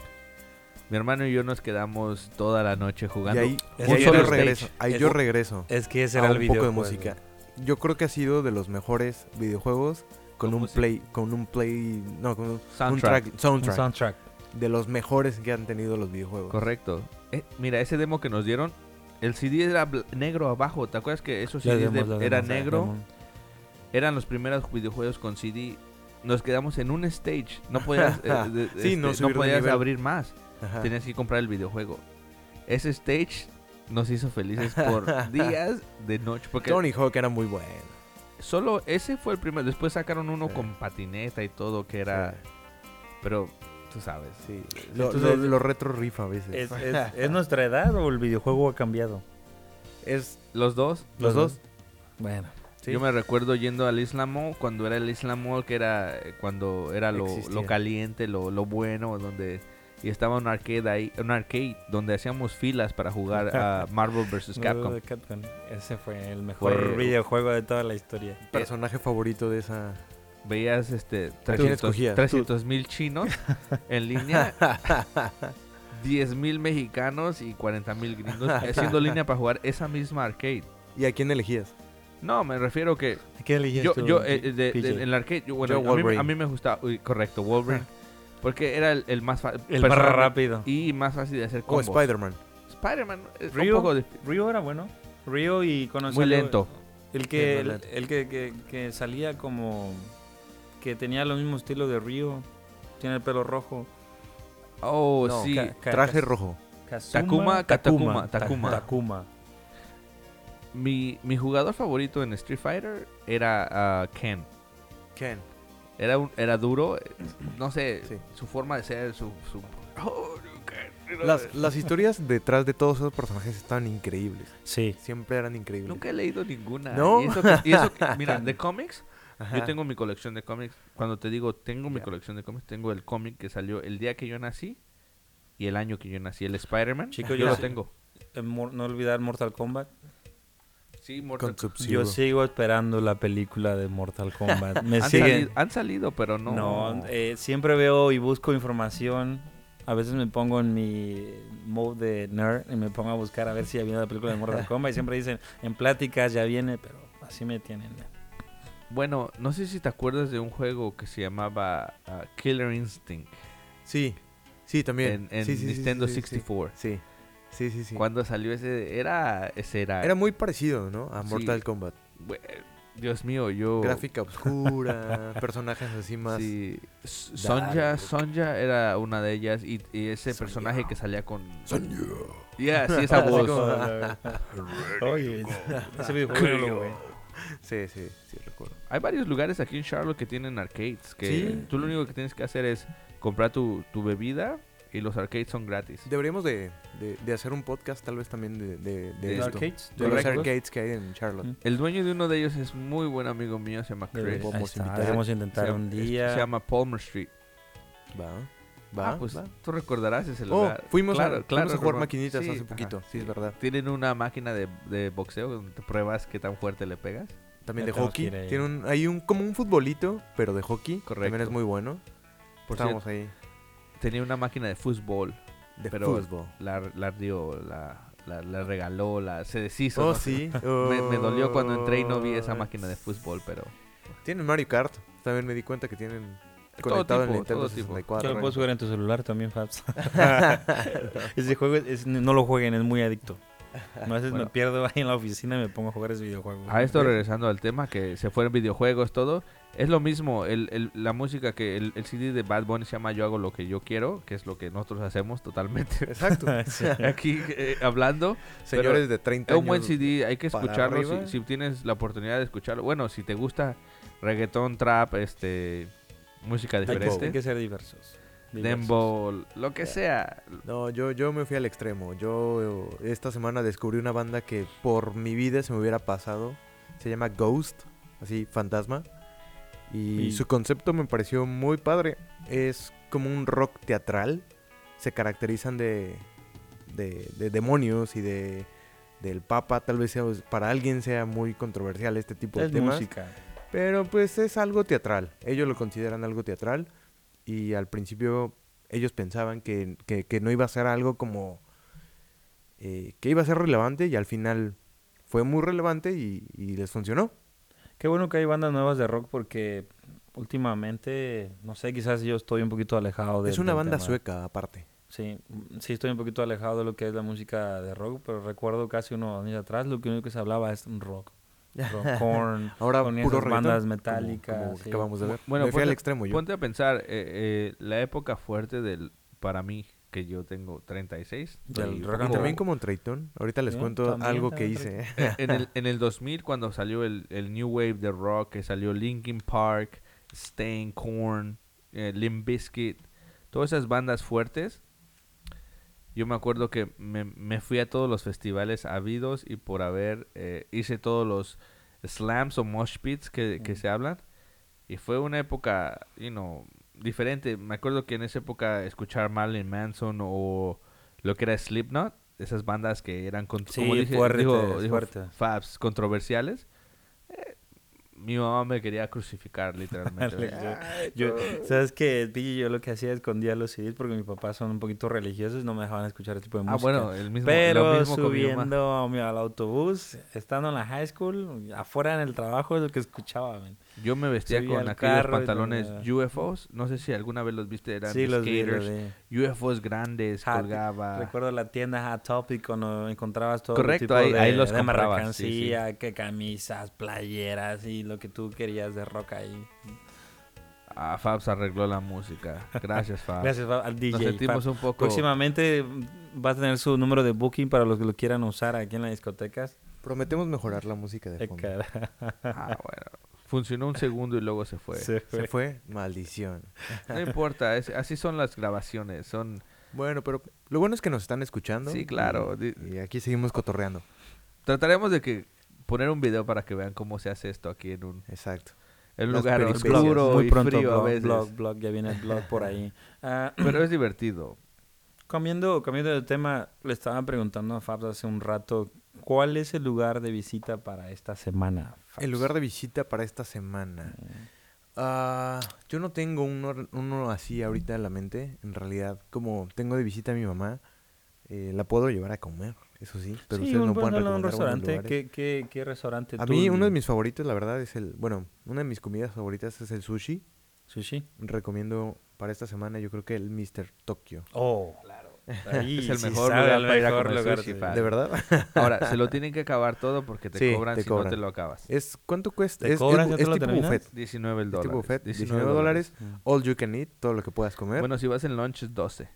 S2: Mi hermano y yo nos quedamos toda la noche
S3: Y
S2: jugando.
S3: ahí,
S1: Un
S3: y ahí
S1: solo
S3: yo
S1: stage.
S3: regreso. Ahí yo
S1: Es-
S3: regreso.
S1: Es que ese
S3: a
S1: era el
S3: un poco de
S1: videojuego.
S3: música. Yo creo que ha sido de los mejores videojuegos con
S2: Con
S3: un
S2: música.
S3: play, con un play, no, con un
S2: Soundtrack.
S3: un track-
S1: Un
S3: soundtrack,
S1: soundtrack.
S3: de los mejores que han tenido los videojuegos.
S2: Correcto. Eh, mira, ese demo que nos dieron, el CD era bl- negro abajo. ¿Te acuerdas que esos
S1: Ya
S2: CDs de-
S1: vemos, ya
S2: era
S1: vemos, ya
S2: negro?
S1: vemos.
S2: Eran los primeros videojuegos con CD. Nos quedamos en un stage. No podías, eh, de-
S3: Sí, no subir de
S2: podías
S3: nivel. Ah.
S2: abrir más.
S3: Ajá.
S2: Tenías que comprar el videojuego. Ese stage nos hizo felices por días de noche. Porque
S3: Tony Hawk era muy bueno.
S2: Solo ese fue el primero. Después sacaron uno
S3: Sí.
S2: con patineta y todo, que era. Pero tú sabes.
S3: Sí. Lo,
S1: Entonces-
S3: lo- lo retro rifa a veces.
S1: ¿Es,
S3: Es,
S1: es, es nuestra edad o el videojuego ha cambiado?
S2: Los dos.
S3: los dos.
S1: Bueno.
S3: Sí.
S2: Yo me recuerdo yendo al Islam Mall cuando era el Islam Mall, que era eh, cuando era lo,
S3: Existía.
S2: lo caliente, lo, lo bueno, donde. Y estaba un arcade ahí, un arcade donde hacíamos filas para jugar a Marvel vs. Pues Capcom.
S1: Uh, Capcom. Ese fue el mejor
S2: Fue-
S1: videojuego de toda la historia.
S3: Personaje favorito de esa.
S2: Veías este
S3: escogías?
S2: 300 mil chinos en línea, 10 mil mexicanos y 40 mil gringos haciendo línea para jugar esa misma arcade.
S3: ¿Y a quién elegías?
S2: No, me refiero que
S1: ¿Qué elegías
S2: yo,
S1: tú,
S2: yo
S1: P-
S2: eh, de- de-
S1: PJ?
S2: en el arcade, yo, bueno,
S3: Yo,
S2: a, mí,
S3: Wolverine.
S2: a mí me gustaba, uy, correcto, Wolverine, porque era el, el más fácil
S1: el más rápido.
S2: y más fácil de hacer
S3: O
S2: combos.
S3: Oh, Spider-Man.
S2: Spider-Man, eh, un
S1: Ryu.
S2: poco de-
S1: Río era bueno. Río y conocí
S2: muy
S1: al-
S2: lento.
S1: El que,
S3: Sí,
S1: el,
S3: muy lento.
S1: el que, que- que salía como. que tenía lo mismo estilo de Río. Tiene el pelo rojo.
S2: Oh,
S1: No,
S2: sí.
S1: Ka- Ka-
S3: Traje
S1: Ka-
S3: rojo.
S1: Kazuma-
S2: Takuma, Takuma,
S1: Ta-
S2: Takuma.
S1: Takuma.
S2: Mi, mi jugador favorito en Street Fighter era ah, Ken.
S3: Ken.
S2: Era, un- era duro, eh, no sé,
S3: Sí.
S2: su forma de ser, su... su- Oh, Ken, era-
S3: Las, las historias detrás de todos esos personajes estaban increíbles.
S1: Sí.
S3: Siempre eran increíbles.
S2: Nunca he leído ninguna.
S3: ¿No?
S2: Y eso que- y eso que- mira, de cómics,
S3: Ajá.
S2: yo tengo mi colección de cómics. Cuando te digo tengo mi
S3: Ya.
S2: colección de cómics, tengo el cómic que salió el día que yo nací y el año que yo nací, el Spider-Man.
S1: Chico,
S2: yo
S1: yo
S2: lo
S1: sí-
S2: tengo.
S1: Eh, mor- no olvidar Mortal Kombat.
S2: Sí, Mortal
S3: Con
S2: Kombat.
S1: Yo sigo esperando la película de Mortal Kombat. Me
S2: Han,
S1: sigue.
S2: salido, han salido, pero no.
S1: No, eh, siempre veo y busco información. A veces me pongo en mi mode de nerd y me pongo a buscar a ver si ya viene la película de Mortal Kombat. Y siempre dicen, en pláticas ya viene, pero así me tienen.
S2: Bueno, no sé si te acuerdas de un juego que se llamaba ah, Killer Instinct
S3: Sí, sí,
S2: en,
S3: también.
S2: en
S3: Sí, sí, sí,
S2: Nintendo
S3: sí, sí,
S2: 64.
S3: Sí, sí, sí. sí.
S2: Cuando salió ese, era, ese era,
S3: Era muy parecido, ¿no? A
S2: Sí.
S3: Mortal Kombat.
S2: Bue- Dios mío, yo.
S3: Gráfica oscura, personajes así más.
S2: Sí. S- Sonja,
S3: dark.
S2: Sonja era una de ellas y, y ese personaje que salía con.
S3: Son yo.
S2: Yeah, sí, esa
S3: Así
S2: voz.
S3: como-
S1: Oye, ese videojuego no lo veo.
S3: Sí, sí, sí, recuerdo.
S2: Hay varios lugares aquí en Charlotte que tienen arcades. Que
S3: Sí.
S2: tú lo único que tienes que hacer es comprar tu, tu bebida y los arcades son gratis.
S3: Deberíamos de, de, de hacer un podcast tal vez también de, de, de
S2: ¿De
S3: esto.
S1: arcades?
S3: De los
S2: Correcto.
S3: arcades que hay en Charlotte.
S1: Mm.
S2: El dueño de uno de ellos es muy buen amigo mío, se llama
S1: Debe-
S2: Chris.
S3: Vamos
S1: ahí
S3: a
S1: está,
S3: invitar.
S1: Debemos
S2: Se
S1: intentar
S2: llama-
S1: un
S2: Se
S1: día.
S2: llama Palmer Street.
S3: Va, va.
S2: Ah, pues
S3: va.
S2: tú recordarás ese
S3: Oh,
S2: lugar.
S3: fuimos,
S2: Claro,
S3: a,
S2: claro,
S3: fuimos a jugar
S2: hermano.
S3: maquinitas
S2: Sí,
S3: hace
S2: ajá,
S3: poquito. sí, es verdad.
S2: Tienen una máquina de, de boxeo donde te pruebas qué tan fuerte le pegas.
S3: También
S1: Ya
S3: de
S1: tenemos que
S3: hockey.
S1: ir ahí.
S3: Tiene un, hay un, como un futbolito, pero de hockey. También es
S2: Correcto.
S3: muy bueno.
S2: Por
S3: Estábamos ahí.
S2: Tenía una máquina de fútbol.
S3: De
S2: Pero-
S3: fútbol.
S2: La, la dio, la, la, la regaló, la, se deshizo.
S3: Oh,
S2: no sé.
S3: sí.
S2: Me, me dolió cuando entré y no vi esa
S3: Oh.
S2: máquina de fútbol, pero...
S3: Tienen Mario Kart. También me di cuenta que tienen
S2: Todo
S3: conectado el
S2: tipo,
S3: Nintendo
S2: todo tipo.
S3: 64.
S1: Yo lo puedes jugar en tu celular también, Fabs. ese juego es- es- no lo jueguen, es muy adicto. A veces
S2: Bueno.
S1: me pierdo ahí en la oficina y me pongo a jugar ese videojuego.
S2: A esto regresando al tema, que se fueron videojuegos, todo. Es lo mismo, el, el- la música que el, el CD de Bad Bunny se llama Yo hago lo que yo quiero, que es lo que nosotros hacemos totalmente
S3: Exacto.
S1: Sí.
S2: aquí eh, hablando.
S3: Señores de
S2: Es
S3: 30 años.
S2: un buen CD, hay que
S3: para
S2: escucharlo
S3: arriba.
S2: si, si tienes la oportunidad de escucharlo. Bueno, si te gusta reggaetón, trap, este música
S1: Hay que- Hay que,
S2: diferente,
S1: ser diversos. Diversos.
S2: dembow, lo que sea.
S3: No, yo, yo me fui al extremo. Yo eh, esta semana descubrí una banda que por mi vida se me hubiera pasado. Se llama Ghost, así, fantasma. Y
S1: Y-
S3: su concepto me pareció muy padre. Es como un rock teatral. Se caracterizan de, de, de demonios y de del papa. Tal vez sea- para alguien sea muy controversial este tipo
S1: Es
S3: de temas.
S1: Pues, música.
S3: Pero pues es algo teatral. Ellos lo consideran algo teatral. Y al principio ellos pensaban que, que- que no iba a ser algo como... eh, que iba a ser relevante y al final fue muy relevante y, y les funcionó.
S1: Qué bueno que hay bandas nuevas de rock porque últimamente, no sé, quizás yo estoy un poquito alejado de...
S3: es una
S1: del
S3: banda
S1: tema.
S3: sueca aparte.
S1: Sí, mm, sí estoy un poquito alejado de lo que es la música de rock, pero recuerdo casi unos años atrás lo que único que se hablaba es un rock. Rock, corn,
S3: Ahora
S1: con
S3: puro
S1: esas
S3: reggaetón,
S1: bandas
S3: como-
S1: metálicas.
S3: como
S1: sí.
S3: acabamos de ver.
S2: Bueno,
S3: Me fui al
S2: ponte-
S3: extremo yo.
S2: Ponte a pensar, eh, eh, la época fuerte del para mí, que yo tengo 36.
S1: Del rock
S2: y
S3: Y
S1: and
S2: como-
S3: también como Trayton. Ahorita les
S1: Yo
S3: cuento
S1: también,
S3: algo que
S1: también
S3: hice.
S2: Eh, en, el, en el 2000 cuando salió el, el New Wave de Rock, que salió Linkin Park, Stain, Korn, eh, Limp Bizkit, todas esas bandas fuertes, yo me acuerdo que me, me fui a todos los festivales habidos y por haber, eh, hice todos los slams o mosh pits que,
S3: Mm.
S2: que se hablan, y fue una época, you know, diferente. Me acuerdo que en esa época escuchar Marilyn Manson o lo que era Slipknot, esas bandas que eran con-
S1: Sí,
S2: como dije,
S1: fuertes,
S2: dijo- dijo
S1: fuertes.
S2: Fabs, controversiales. Eh, mi mamá me quería crucificar, literalmente.
S1: Alex, yo, yo- ¿Sabes qué? Pille, yo lo que hacía escondía los CDs porque mis papás son un poquito religiosos y no me dejaban escuchar ese tipo de
S2: ah,
S1: música.
S2: bueno, el mismo, lo
S1: Pero
S2: mismo con mi mamá.
S1: subiendo a mi- al autobús, estando en la high school, afuera en el trabajo, es lo que escuchaba. men.
S2: Yo me vestía
S1: subía
S2: con
S1: al
S2: aquellos
S1: carro y
S2: pantalones
S1: me-
S2: UFOs. No sé si alguna vez los viste, eran
S1: Sí, los vi, los
S2: skaters.
S1: vi.
S2: UFOs grandes,
S1: Hot-
S2: colgaba.
S1: Recuerdo la tienda Hot Topic cuando encontrabas todo
S2: Correcto,
S1: tipo
S2: ahí-
S1: de,
S2: ahí los
S1: de
S2: comprabas,
S1: mercancía, que camisas, playeras y lo que tú querías de rock ahí.
S2: Ah, Fabs arregló la música. Gracias,
S3: Ah.
S2: Fabs.
S1: Gracias Fab, al DJ.
S2: Nos sentimos
S1: Fab.
S2: un poco...
S1: Próximamente mm, va a tener su número de booking para los que lo quieran usar aquí en las discotecas.
S3: Prometemos mejorar la música de
S1: Eh,
S3: fondo.
S1: cara,
S2: Ah, bueno. Funcionó un segundo y luego se fue.
S1: se fue.
S3: Se fue. Maldición.
S2: No importa, es- así son las grabaciones. Son...
S3: Bueno, pero lo bueno es que nos están escuchando.
S2: Sí, claro.
S3: Y, y aquí seguimos cotorreando.
S2: Trataremos de que poner un video para que vean cómo se hace esto aquí en un,
S3: Exacto.
S2: en un
S3: Las
S2: lugar
S3: peripecias.
S2: oscuro
S1: Muy
S2: y
S1: pronto
S2: frío a
S1: blog,
S2: veces.
S1: blog, blog, ya viene el blog por ahí. Ah,
S2: Pero es divertido.
S1: Cambiando, cambiando de tema, le estaba preguntando a Fabs hace un rato, ¿cuál es el lugar de visita para esta semana? Fabs?
S3: El lugar de visita para esta semana.
S1: Mm.
S3: Ah, yo no tengo uno, uno así ahorita en la mente. En realidad, como tengo de visita a mi mamá, eh, la puedo llevar a comer, eso sí. Pero
S1: Sí,
S3: ustedes
S1: un,
S3: no pueden
S1: bueno,
S3: recomendar
S1: un
S3: buenos
S1: restaurante.
S3: lugares.
S1: ¿Qué, qué, qué restaurante?
S3: A
S1: tú-
S3: mí, uno de mis favoritos, la verdad, es el. Bueno, una de mis comidas favoritas es el sushi.
S1: ¿Sushi?
S3: Recomiendo para esta semana, yo creo que el Mr. Tokyo.
S1: Oh, claro.
S2: Es el mejor lugar para ir a comer sushi, Fabs. Vale.
S3: ¿De verdad?
S2: Ahora, se lo tienen que acabar todo porque te
S3: Sí,
S2: cobran
S3: te
S2: si
S3: cobran.
S2: no te lo acabas.
S3: es, ¿Cuánto cuesta?
S1: ¿Te
S3: Es, es
S1: cobran
S3: bu-
S1: si no te
S3: es
S1: lo
S3: tipo
S1: terminas?
S3: buffet.
S2: 19
S3: Es tipo
S2: dólares.
S3: buffet. 19 dólares. All you can eat, todo lo que puedas comer.
S2: Bueno, si vas en lunch es 12.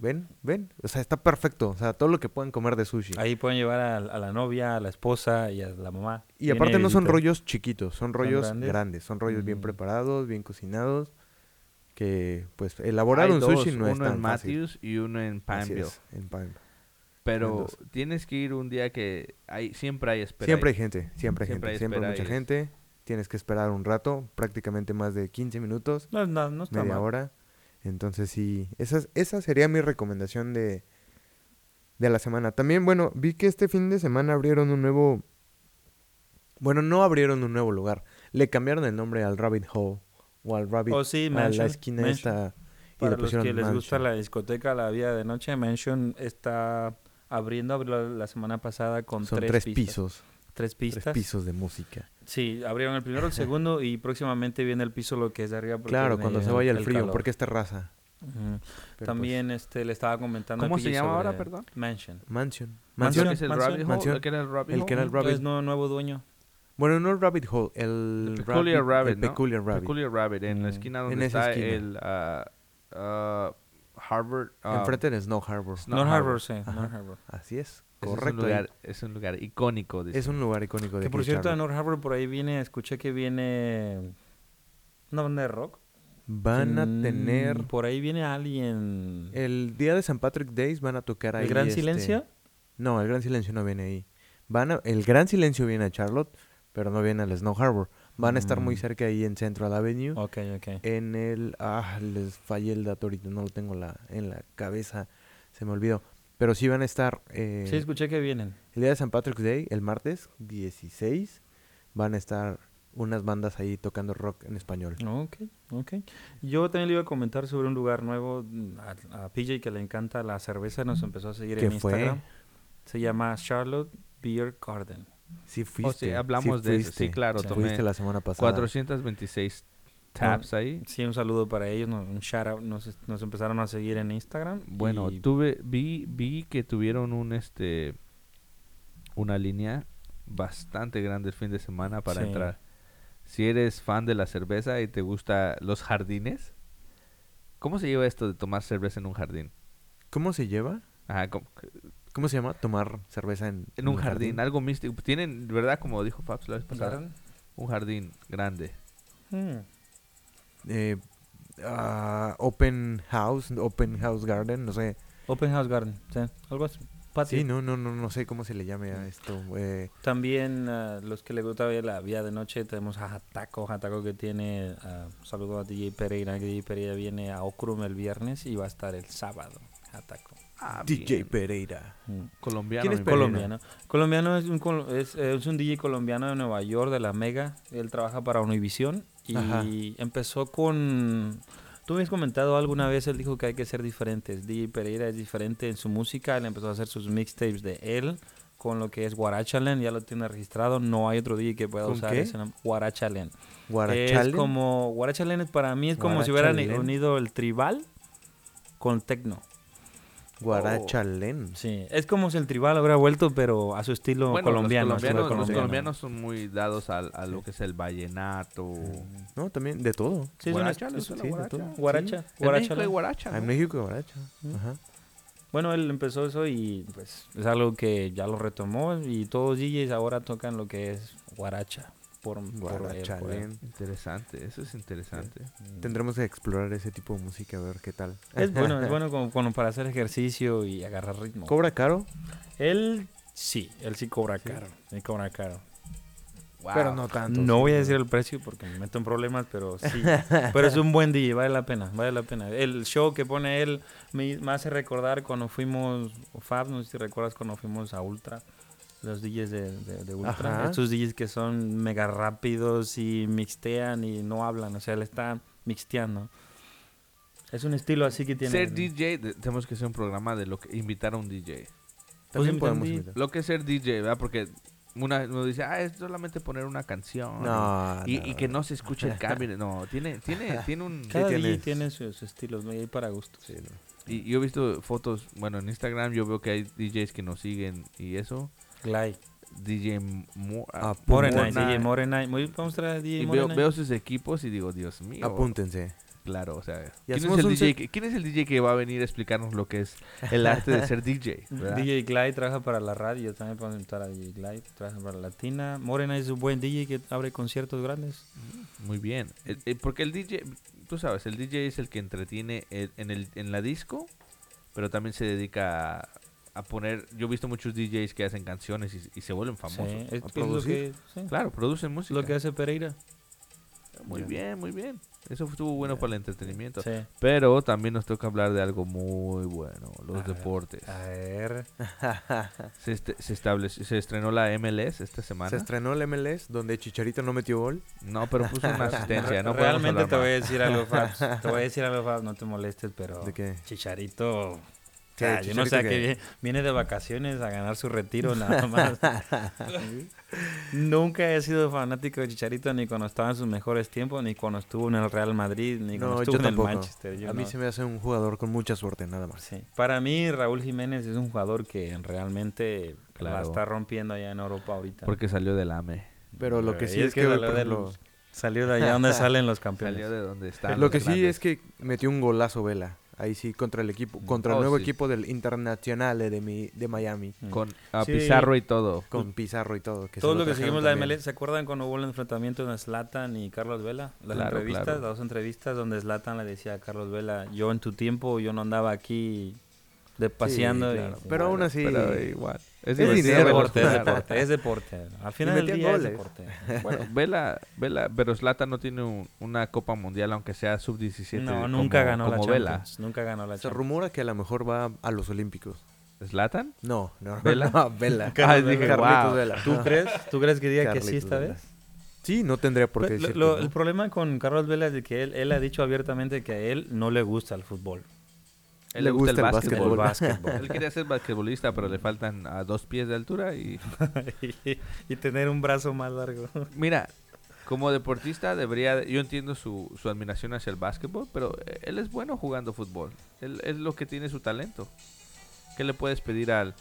S3: Ven, ven. O sea, está perfecto. O sea, todo lo que puedan comer de sushi.
S1: Ahí pueden llevar a, a la novia, a la esposa y a la mamá.
S3: Y aparte
S1: Viene
S3: no son
S1: visita.
S3: rollos chiquitos, son rollos
S1: grandes?
S3: grandes? son rollos bien
S1: Mm.
S3: preparados, bien cocinados, que pues elaborar un sushi no
S2: uno
S3: es tan
S2: en
S3: fácil.
S2: Matthews y uno en
S3: Así
S2: Pineville.
S3: es, en Pineville.
S2: Pero
S3: dos.
S2: tienes que ir un día que hay, siempre hay espera.
S3: Siempre
S2: ahí.
S3: hay gente, siempre hay
S2: Siempre
S3: gente,
S2: hay
S3: siempre
S2: espera
S3: mucha
S2: ahí.
S3: gente. Tienes que esperar un rato, prácticamente más de 15 minutos,
S1: No, no, no está
S3: media
S1: mal.
S3: hora. Entonces sí, esa, esa sería mi recomendación de, de la semana. También, bueno, vi que este fin de semana abrieron un nuevo... Bueno, no abrieron un nuevo lugar, le cambiaron el nombre al Rabbit Hole o al Rabbit
S1: Oh, sí,
S3: a la
S1: Mansion,
S3: esquina
S1: Mansion.
S3: esta y
S1: Para
S3: le
S1: los
S3: pusieron
S1: que les gusta
S3: Mansion.
S1: la discoteca, la vida de noche, Mansion está abriendo, abrió la, la semana pasada con
S3: son
S1: tres,
S3: tres
S1: pistas.
S3: pisos
S1: Tres pistas.
S3: tres pisos de música
S1: Sí, abrieron el primero, el segundo y próximamente viene el piso lo que es de arriba. porque
S3: claro
S1: viene
S3: cuando se vaya el, frío
S1: calor.
S3: porque es terraza
S1: Ujú.
S3: pero
S1: También este, le estaba comentando. a
S2: ¿Cómo se
S1: PJ
S2: llama ahora,
S1: sobre
S2: perdón?
S1: Mansion.
S3: pues, mansion
S1: Mansión,
S3: mansion,
S2: ¿Es el
S1: mansión,
S2: Rabbit Hole?
S3: mansión.
S2: ¿El que era el Rabbit
S3: El que era
S2: Hole?
S3: el Rabbit.
S1: Es nuevo, nuevo dueño.
S3: bueno no el rabbit hole el,
S2: El Peculiar Rabbit,
S3: el
S2: ¿no?
S3: peculiar rabbit
S2: Peculiar Rabbit, en la
S1: Mm.
S2: esquina
S3: En
S2: donde
S3: esa
S2: está
S3: esquina.
S2: el ah, ah, Harvard. ah,
S3: enfrente de snow harbor
S2: Snow-
S1: North
S2: Harbor.
S1: Harbor, sí.
S3: Ajá.
S1: North Harbor.
S3: así es
S2: ese Es un
S3: correcto
S2: lugar, es un lugar icónico.
S3: ahí.
S2: dice.
S3: es un lugar icónico de
S1: Que por
S3: Keith
S1: cierto, de
S3: Jarrett.
S1: North Harbor por ahí viene, escuché que viene una banda de rock.
S3: van a
S1: Mm,
S3: tener
S1: Por ahí viene alguien. El,
S3: el día de San Patrick Days van a tocar ahí
S1: Gran
S3: este-
S1: Silencio.
S3: No, el Gran Silencio no viene ahí. Van a- el Gran Silencio viene a Charlotte, pero no viene al Snow Harbor. Van a estar muy
S1: Mm.
S3: cerca ahí en Central Avenue.
S1: Ok, ok.
S3: En el... Ah, les fallé el dato ahorita, no lo tengo la, en la cabeza. Se me olvidó. Pero sí van a estar... eh,
S1: sí, escuché que vienen.
S3: el día de San Patrick's Day, el martes 16, van a estar unas bandas ahí tocando rock en español.
S2: Mm.
S1: Ok, ok. Yo también le iba a comentar sobre un lugar nuevo mm, a, a PJ que le encanta la cerveza. Nos empezó a seguir en
S3: ¿Qué fue?
S1: Instagram. Se llama Charlotte Beer Garden.
S3: Sí fuiste.
S2: Oh, sí, hablamos de eso. Sí,
S3: fuiste.
S2: claro,
S1: Sí.
S2: tomé
S3: Fuiste la semana pasada.
S2: 426 taps ahí.
S1: Sí, un saludo para ellos, no- un shout out. Nos, nos empezaron a seguir en Instagram.
S2: Bueno,
S1: y-
S2: tuve vi vi que tuvieron un este una línea bastante grande el fin de semana para
S1: Sí.
S2: entrar. Si eres fan de la cerveza y te gusta los jardines, ¿cómo se lleva esto de tomar cerveza en un jardín?
S3: ¿Cómo se lleva?
S2: Ajá, como que-
S3: ¿Cómo se llama? Tomar cerveza en,
S2: en un jardín, algo místico. Tienen, de ¿verdad? Como dijo Fabs la vez pasada,
S1: ¿Garden?
S2: un jardín grande.
S1: pues, Mm.
S3: eh, ah, open house, open house garden, no sé.
S1: Open House Garden, sí. Algo así.
S2: Ah,
S1: Patio.
S3: Sí, no, no, no, no sé cómo se le llame a esto. eh,
S1: También ah, los que les gusta ver la vida de noche, tenemos a Jataco, Jataco que tiene, ah, un saludo a DJ Pereira, que DJ Pereira viene a Okrum el viernes y va a estar el sábado, Jataco. Mm.
S2: Ah,
S3: DJ
S2: bien.
S3: Pereira.
S2: colombiano.
S3: ¿Quién es
S2: me imagino.
S1: Colombiano. Colombiano es un, col- es, eh, es un DJ colombiano de Nueva York, de la Mega, él trabaja para Univision y
S3: Ajá.
S1: empezó con... Tú me has comentado alguna vez, él dijo que hay que ser diferentes. DJ Pereira es diferente en su música, él empezó a hacer sus mixtapes de él con lo que es Guarachaland, ya lo tiene registrado, no hay otro DJ que pueda
S3: ¿Con
S1: usar
S3: qué?
S1: ese nombre. Guarachaland.
S3: Guarachale.
S1: Es como Guarachaland es- para mí es como si hubieran
S3: Guarachalen.
S1: unido el tribal con el techno.
S3: Guarachalen.
S1: Sí, es como si el tribal hubiera vuelto pero a su estilo
S2: Bueno,
S1: colombiano.
S2: los,
S1: estilo
S2: colombianos, los
S1: colombiano.
S2: colombianos son muy dados al- a, lo que es el vallenato.
S3: No, también de todo.
S1: Sí, es una-
S2: Guaracha, ¿le
S1: es-
S2: suena
S1: sí,
S2: guaracha?
S1: de todo. Guaracha,
S2: En
S1: guaracha,
S2: México hay
S1: ¿no?
S2: guaracha,
S3: Ah, En
S2: ¿no?
S3: México, guaracha. Ajá.
S1: Bueno, él empezó eso y pues es algo que ya lo retomó y todos DJs ahora tocan lo que es guaracha. Por, por- por él.
S3: Guarachalen.
S2: Interesante, eso es interesante.
S3: Tendremos que explorar ese tipo de música a ver qué tal.
S1: Es bueno, es bueno como, como para hacer ejercicio y agarrar ritmo.
S3: ¿Cobra caro?
S1: él sí, él sí cobra caro. Sí cobra caro.
S2: Wow.
S4: Pero no tanto.
S1: No
S4: sí,
S1: voy a
S4: pero-
S1: decir el precio porque me meto en problemas, pero sí. pero es un buen DJ, vale la pena, vale la pena. El show que pone él me, me hace recordar cuando fuimos, o Fab, no sé si recuerdas cuando fuimos a Ultra, los DJs de, de- de Ultra.
S3: Ajá.
S1: Estos DJs que son mega rápidos y mixtean y no hablan, o sea, él está mixteando. Es un estilo así que tiene.
S2: Ser DJ, de- tenemos que hacer un programa de lo que invitar a un DJ.
S1: pues,
S3: También podemos
S1: entendí.
S3: invitar.
S2: Lo que es ser DJ, ¿verdad? Porque una, uno dice, ah, es solamente poner una canción.
S3: No,
S2: Y, y que no se escuche el cambio. No, tiene, tiene, tiene un...
S1: Cada
S3: Sí,
S1: DJ
S3: tienes.
S1: tiene sus sus estilos, ¿no? Y hay para gustos.
S3: Sí, no.
S2: Y yo he visto fotos, bueno, en Instagram yo veo que hay DJs que nos siguen y eso.
S1: Glide.
S2: DJ Mo-
S3: Ah,
S1: Morenite,
S2: Morena.
S1: DJ Morenite. Muy- Vamos a traer a DJ
S2: Y veo,
S1: Morenite.
S2: veo sus equipos y digo, Dios mío.
S3: Apúntense.
S2: Claro, o sea,
S3: Ah, Y
S2: ¿quién
S3: hacemos
S2: es, el
S3: un
S2: DJ
S3: set-
S2: que, quién es el DJ que va a venir a explicarnos lo que es el arte de ser DJ? ¿verdad?
S1: DJ Glide trabaja para la radio, también podemos invitar a DJ Glide, trabaja para Latina. Morena es un buen DJ que abre conciertos grandes.
S2: Muy bien. El- el- porque el DJ, tú sabes, el DJ es el que entretiene el- en, el, en la disco, pero también se dedica a, a poner... Yo he visto muchos DJs que hacen canciones y, y se vuelven famosos.
S1: Sí, es, es lo, que,
S3: producir.
S1: sí,
S2: Claro, producen música.
S1: lo que hace Pereira.
S2: Muy bien, muy bien. Eso estuvo bueno para el entretenimiento.
S1: Sí.
S2: Pero también nos toca hablar de algo muy bueno,
S1: Ah,
S2: los deportes.
S1: A ver,
S2: Se, este- se, establece- se estrenó la MLS esta semana.
S3: Se estrenó el MLS donde Chicharito no metió gol.
S2: No, pero puso una asistencia. No podemos
S1: Ah, realmente
S2: hablar
S1: te
S2: más.
S1: voy a decir algo, Fabs. Te voy a decir algo, Fabs, no te molestes, pero
S3: ¿De qué?
S1: Chicharito...
S3: ¿Qué,
S1: ah, yo no sé a
S3: Chicharito
S1: qué
S3: qué?
S1: viene, viene de vacaciones a ganar su retiro nada más. Nunca he sido fanático de Chicharito ni cuando estaba en sus mejores tiempos, ni cuando estuvo en el Real Madrid, ni cuando
S3: No,
S1: estuvo
S3: yo
S1: en el
S3: tampoco.
S1: Manchester. Yo
S3: A mí
S1: no.
S3: se me hace un jugador con mucha suerte, nada más.
S1: Sí. Para mí, Raúl Jiménez es un jugador que realmente la
S2: Claro.
S1: está rompiendo allá en Europa ahorita.
S2: Porque salió del E. AME.
S3: Pero lo
S1: Pero
S3: que sí
S1: ahí
S3: es,
S1: es que
S3: que, por
S1: salió del-
S3: ejemplo,
S1: Salió de allá donde salen los
S2: Salió
S1: campeones.
S2: de donde está.
S3: lo que sí es que metió un golazo Vela. Ahí sí, contra el equipo, contra
S2: Oh,
S3: el nuevo
S2: sí.
S3: equipo del Internacional eh, de, mi, de Miami.
S1: Mm.
S2: Con a
S1: Sí.
S2: Pizarro y todo.
S3: Con Pizarro y todo. Que se
S1: Todos los que
S3: trajeron
S1: seguimos la
S3: también.
S1: MLS, ¿se acuerdan cuando hubo el enfrentamiento de Zlatan y Carlos Vela? Las
S2: Claro,
S1: entrevistas,
S2: claro.
S1: las dos entrevistas donde Zlatan le decía a Carlos Vela, yo en tu tiempo, yo no andaba aquí de paseando. y- pues
S3: claro. Pero aún así-
S2: Pero igual.
S3: Es
S1: Es,
S2: divertido
S3: dinero.
S2: verlos
S1: deporte, es
S2: jugar.
S1: deporte, es deporte. Al final del
S3: metían
S1: día es
S3: goles.
S1: deporte.
S2: Bueno, Vela, Vela, pero Zlatan no tiene un- una Copa Mundial, aunque sea sub-17.
S1: No, nunca
S2: como-
S1: ganó
S2: como
S1: la
S2: Vela.
S1: Champions. Nunca ganó la
S3: Se
S1: Champions.
S3: rumora que a lo mejor va a los Olímpicos.
S2: ¿Zlatan?
S3: No, no.
S2: ¿Vela?
S3: no, Vela.
S2: Ah, dije,
S3: Carlitos
S2: wow.
S3: Vela.
S1: ¿Tú crees? ¿Tú crees que diga que sí
S3: Carlitos
S1: esta
S3: Vela.
S1: vez?
S3: Sí, no tendría por qué
S1: Pues, lo-
S3: decir.
S1: lo- El problema con Carlos Vela es de que él, él ha dicho abiertamente que a él no le gusta el fútbol.
S2: Él
S3: Le gusta el
S1: El
S3: Fútbol.
S1: básquetbol.
S2: Él quería ser basquetbolista, pero le faltan a dos pies de altura y...
S1: y, y tener un brazo más largo.
S2: Mira, como deportista debería... de- Yo entiendo su, su admiración hacia el básquetbol, pero él es bueno jugando fútbol. Él es lo que tiene su talento. ¿Qué le puedes pedir al...?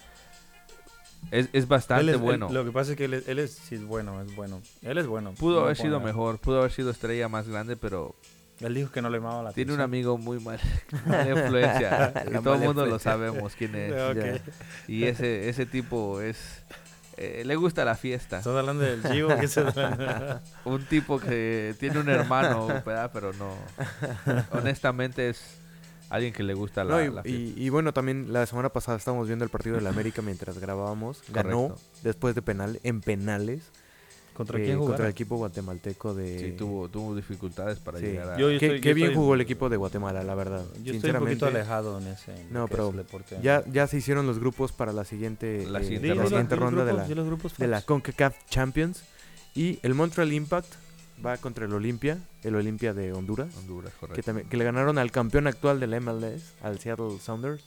S2: Es, es
S1: Él
S2: bastante
S1: es- él-
S2: bueno.
S1: lo que pasa es que él, es- él es, sí, es bueno, es bueno. Él es bueno.
S2: Pudo
S1: no
S2: haber
S1: puedo
S2: sido
S1: negar.
S2: mejor, pudo haber sido estrella más grande, pero
S1: Él dijo que no le llamaba la
S2: tiene un
S1: atención.
S2: amigo muy mal, mala influencia. ¿eh? y
S3: La
S2: todo el
S3: mala
S2: mundo lo
S3: influencia. Ah,
S2: sabemos quién es.
S1: Ok.
S2: Y ese, ese tipo es... eh, le gusta la fiesta.
S1: Estás hablando del chivo que se da-
S2: un tipo que tiene un hermano, ¿verdad? pero no. Honestamente es alguien que le gusta la,
S3: No, y,
S2: la
S3: y-
S2: fiesta.
S3: y bueno, también la semana pasada estábamos viendo el partido de la América mientras grabábamos. Ganó
S2: Correcto.
S3: después de penal, en penales.
S1: ¿Contra
S3: eh,
S1: quién
S3: Contra el
S1: jugará?
S3: equipo guatemalteco de...
S2: Sí, tuvo, tuvo dificultades para
S3: sí.
S2: llegar a...
S1: Yo-
S3: Qué-
S1: estoy-
S3: qué
S1: yo
S3: bien
S1: estoy-
S3: jugó el equipo de Guatemala, la verdad.
S1: Yo estoy un
S3: Sinceramente,
S1: poquito alejado en ese. en lo
S3: No,
S1: que es
S3: pero
S1: el deporte.
S3: Ya, ya se hicieron los grupos para la siguiente,
S2: La
S3: eh,
S2: siguiente
S1: Di- di los-
S2: siguiente
S1: di los
S3: ronda de
S1: grupos,
S3: la-
S1: di los grupos, pues.
S3: de la
S1: Fox.
S3: CONCACAF Champions. Y el Montreal Impact va contra el Olimpia, el Olimpia de Honduras.
S2: Honduras,
S3: que,
S2: correcto.
S3: también, que le ganaron al campeón actual del MLS, al Seattle Sounders.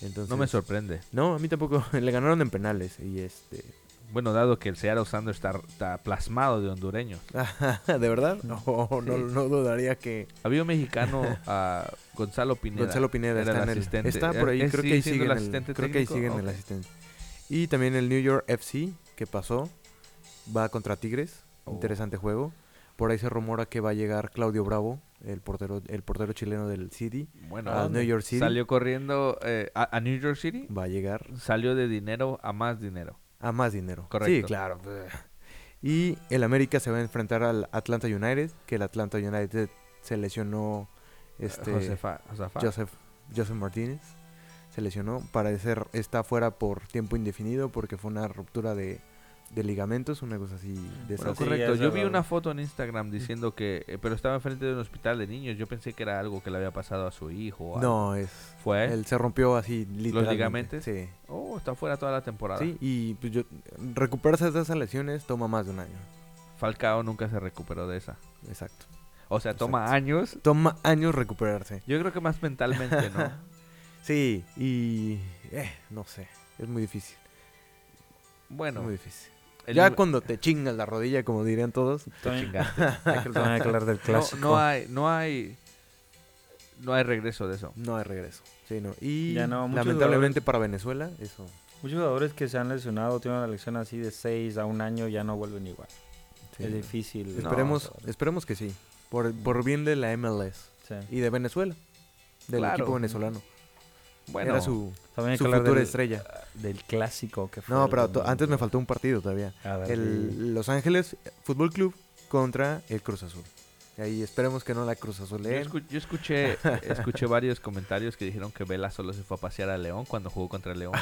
S3: Entonces,
S2: No me sorprende.
S3: No, a mí tampoco. Le ganaron en penales y este...
S2: Bueno, dado que el Seattle Sanders está, está plasmado de hondureños.
S3: ¿De verdad? No, no, no dudaría que
S2: Había un mexicano, a Gonzalo Pineda.
S3: Gonzalo Pineda
S2: Era
S3: está
S2: el
S3: en el-
S2: asistente.
S3: Está
S2: Eh,
S3: por ahí,
S2: eh,
S3: creo,
S2: sigue
S3: que ahí
S2: siendo
S3: sigue
S2: el
S3: en el-
S2: asistente
S3: creo que ahí
S2: técnico. Ah,
S3: sigue en el
S2: Ok.
S3: asistente. Y también el New York FC, que pasó, va contra Tigres.
S2: Oh.
S3: Interesante juego. Por ahí se rumora que va a llegar Claudio Bravo, el portero, el portero chileno del City.
S2: Bueno,
S3: a Ah, New York City.
S2: salió corriendo eh, a, a New York City.
S3: Va a llegar
S2: Salió de dinero a más dinero.
S3: a más dinero. Sí,
S2: Correcto.
S3: claro. pues, Y el América se va a enfrentar al Atlanta United, que el Atlanta United se lesionó este,
S2: Josefa, Josefa.
S3: Joseph, Joseph Martínez se lesionó. Parece está fuera por tiempo indefinido porque fue una ruptura de de ligamentos, una cosa así
S2: Mm,
S3: de
S1: Bueno,
S3: esas.
S1: sí,
S2: correcto.
S1: es
S2: Yo vi
S1: verdad.
S2: una foto en Instagram diciendo que, eh, pero estaba enfrente de un hospital de niños. Yo pensé que era algo que le había pasado a su hijo. o algo.
S3: No, es.
S2: fue.
S3: Él se rompió así literalmente.
S2: ligamentos?
S3: Sí.
S2: Oh, está fuera toda la temporada.
S3: Sí, y pues, yo, recuperarse de esas lesiones toma más de un año.
S2: Falcao nunca se recuperó de esa.
S3: Exacto.
S2: O sea, toma
S3: Exacto.
S2: años.
S3: Toma años recuperarse.
S2: Yo creo que más mentalmente, ¿no?
S3: Sí, y. eh, no sé. Es muy difícil.
S2: Bueno,
S3: Es muy difícil.
S2: el
S3: ya
S2: Liver-
S3: cuando te chingas la rodilla, como dirían todos.
S2: te
S1: También
S2: chingaste.
S1: hay que también hay que hablar del
S2: No,
S1: clásico.
S2: no hay, no hay, no hay regreso de eso.
S3: No hay regreso. Sí, no. Y
S1: Ya no, muchos
S3: lamentablemente para Venezuela, eso.
S1: Muchos jugadores que se han lesionado tienen una lesión así de 6 a un año ya no vuelven igual.
S3: sí.
S1: Es difícil.
S3: Esperemos,
S1: No,
S3: esperemos que sí. Por, por bien de la MLS
S1: sí.
S3: y de Venezuela. Del
S2: Claro.
S3: equipo venezolano.
S2: Bueno,
S3: Era su,
S1: También hay
S3: su
S1: que hablar
S3: futura
S1: del,
S3: estrella.
S1: del clásico que fue.
S3: No,
S1: Ah, el
S3: pero to-
S1: domingo.
S3: antes me faltó un partido todavía.
S1: A ver, di-
S3: El Los Ángeles Fútbol Club contra el Cruz Azul. Y ahí esperemos que no la Cruz Azul
S2: yo, escu- yo escuché, escuché varios comentarios que dijeron que Vela solo se fue a pasear a León cuando jugó contra León.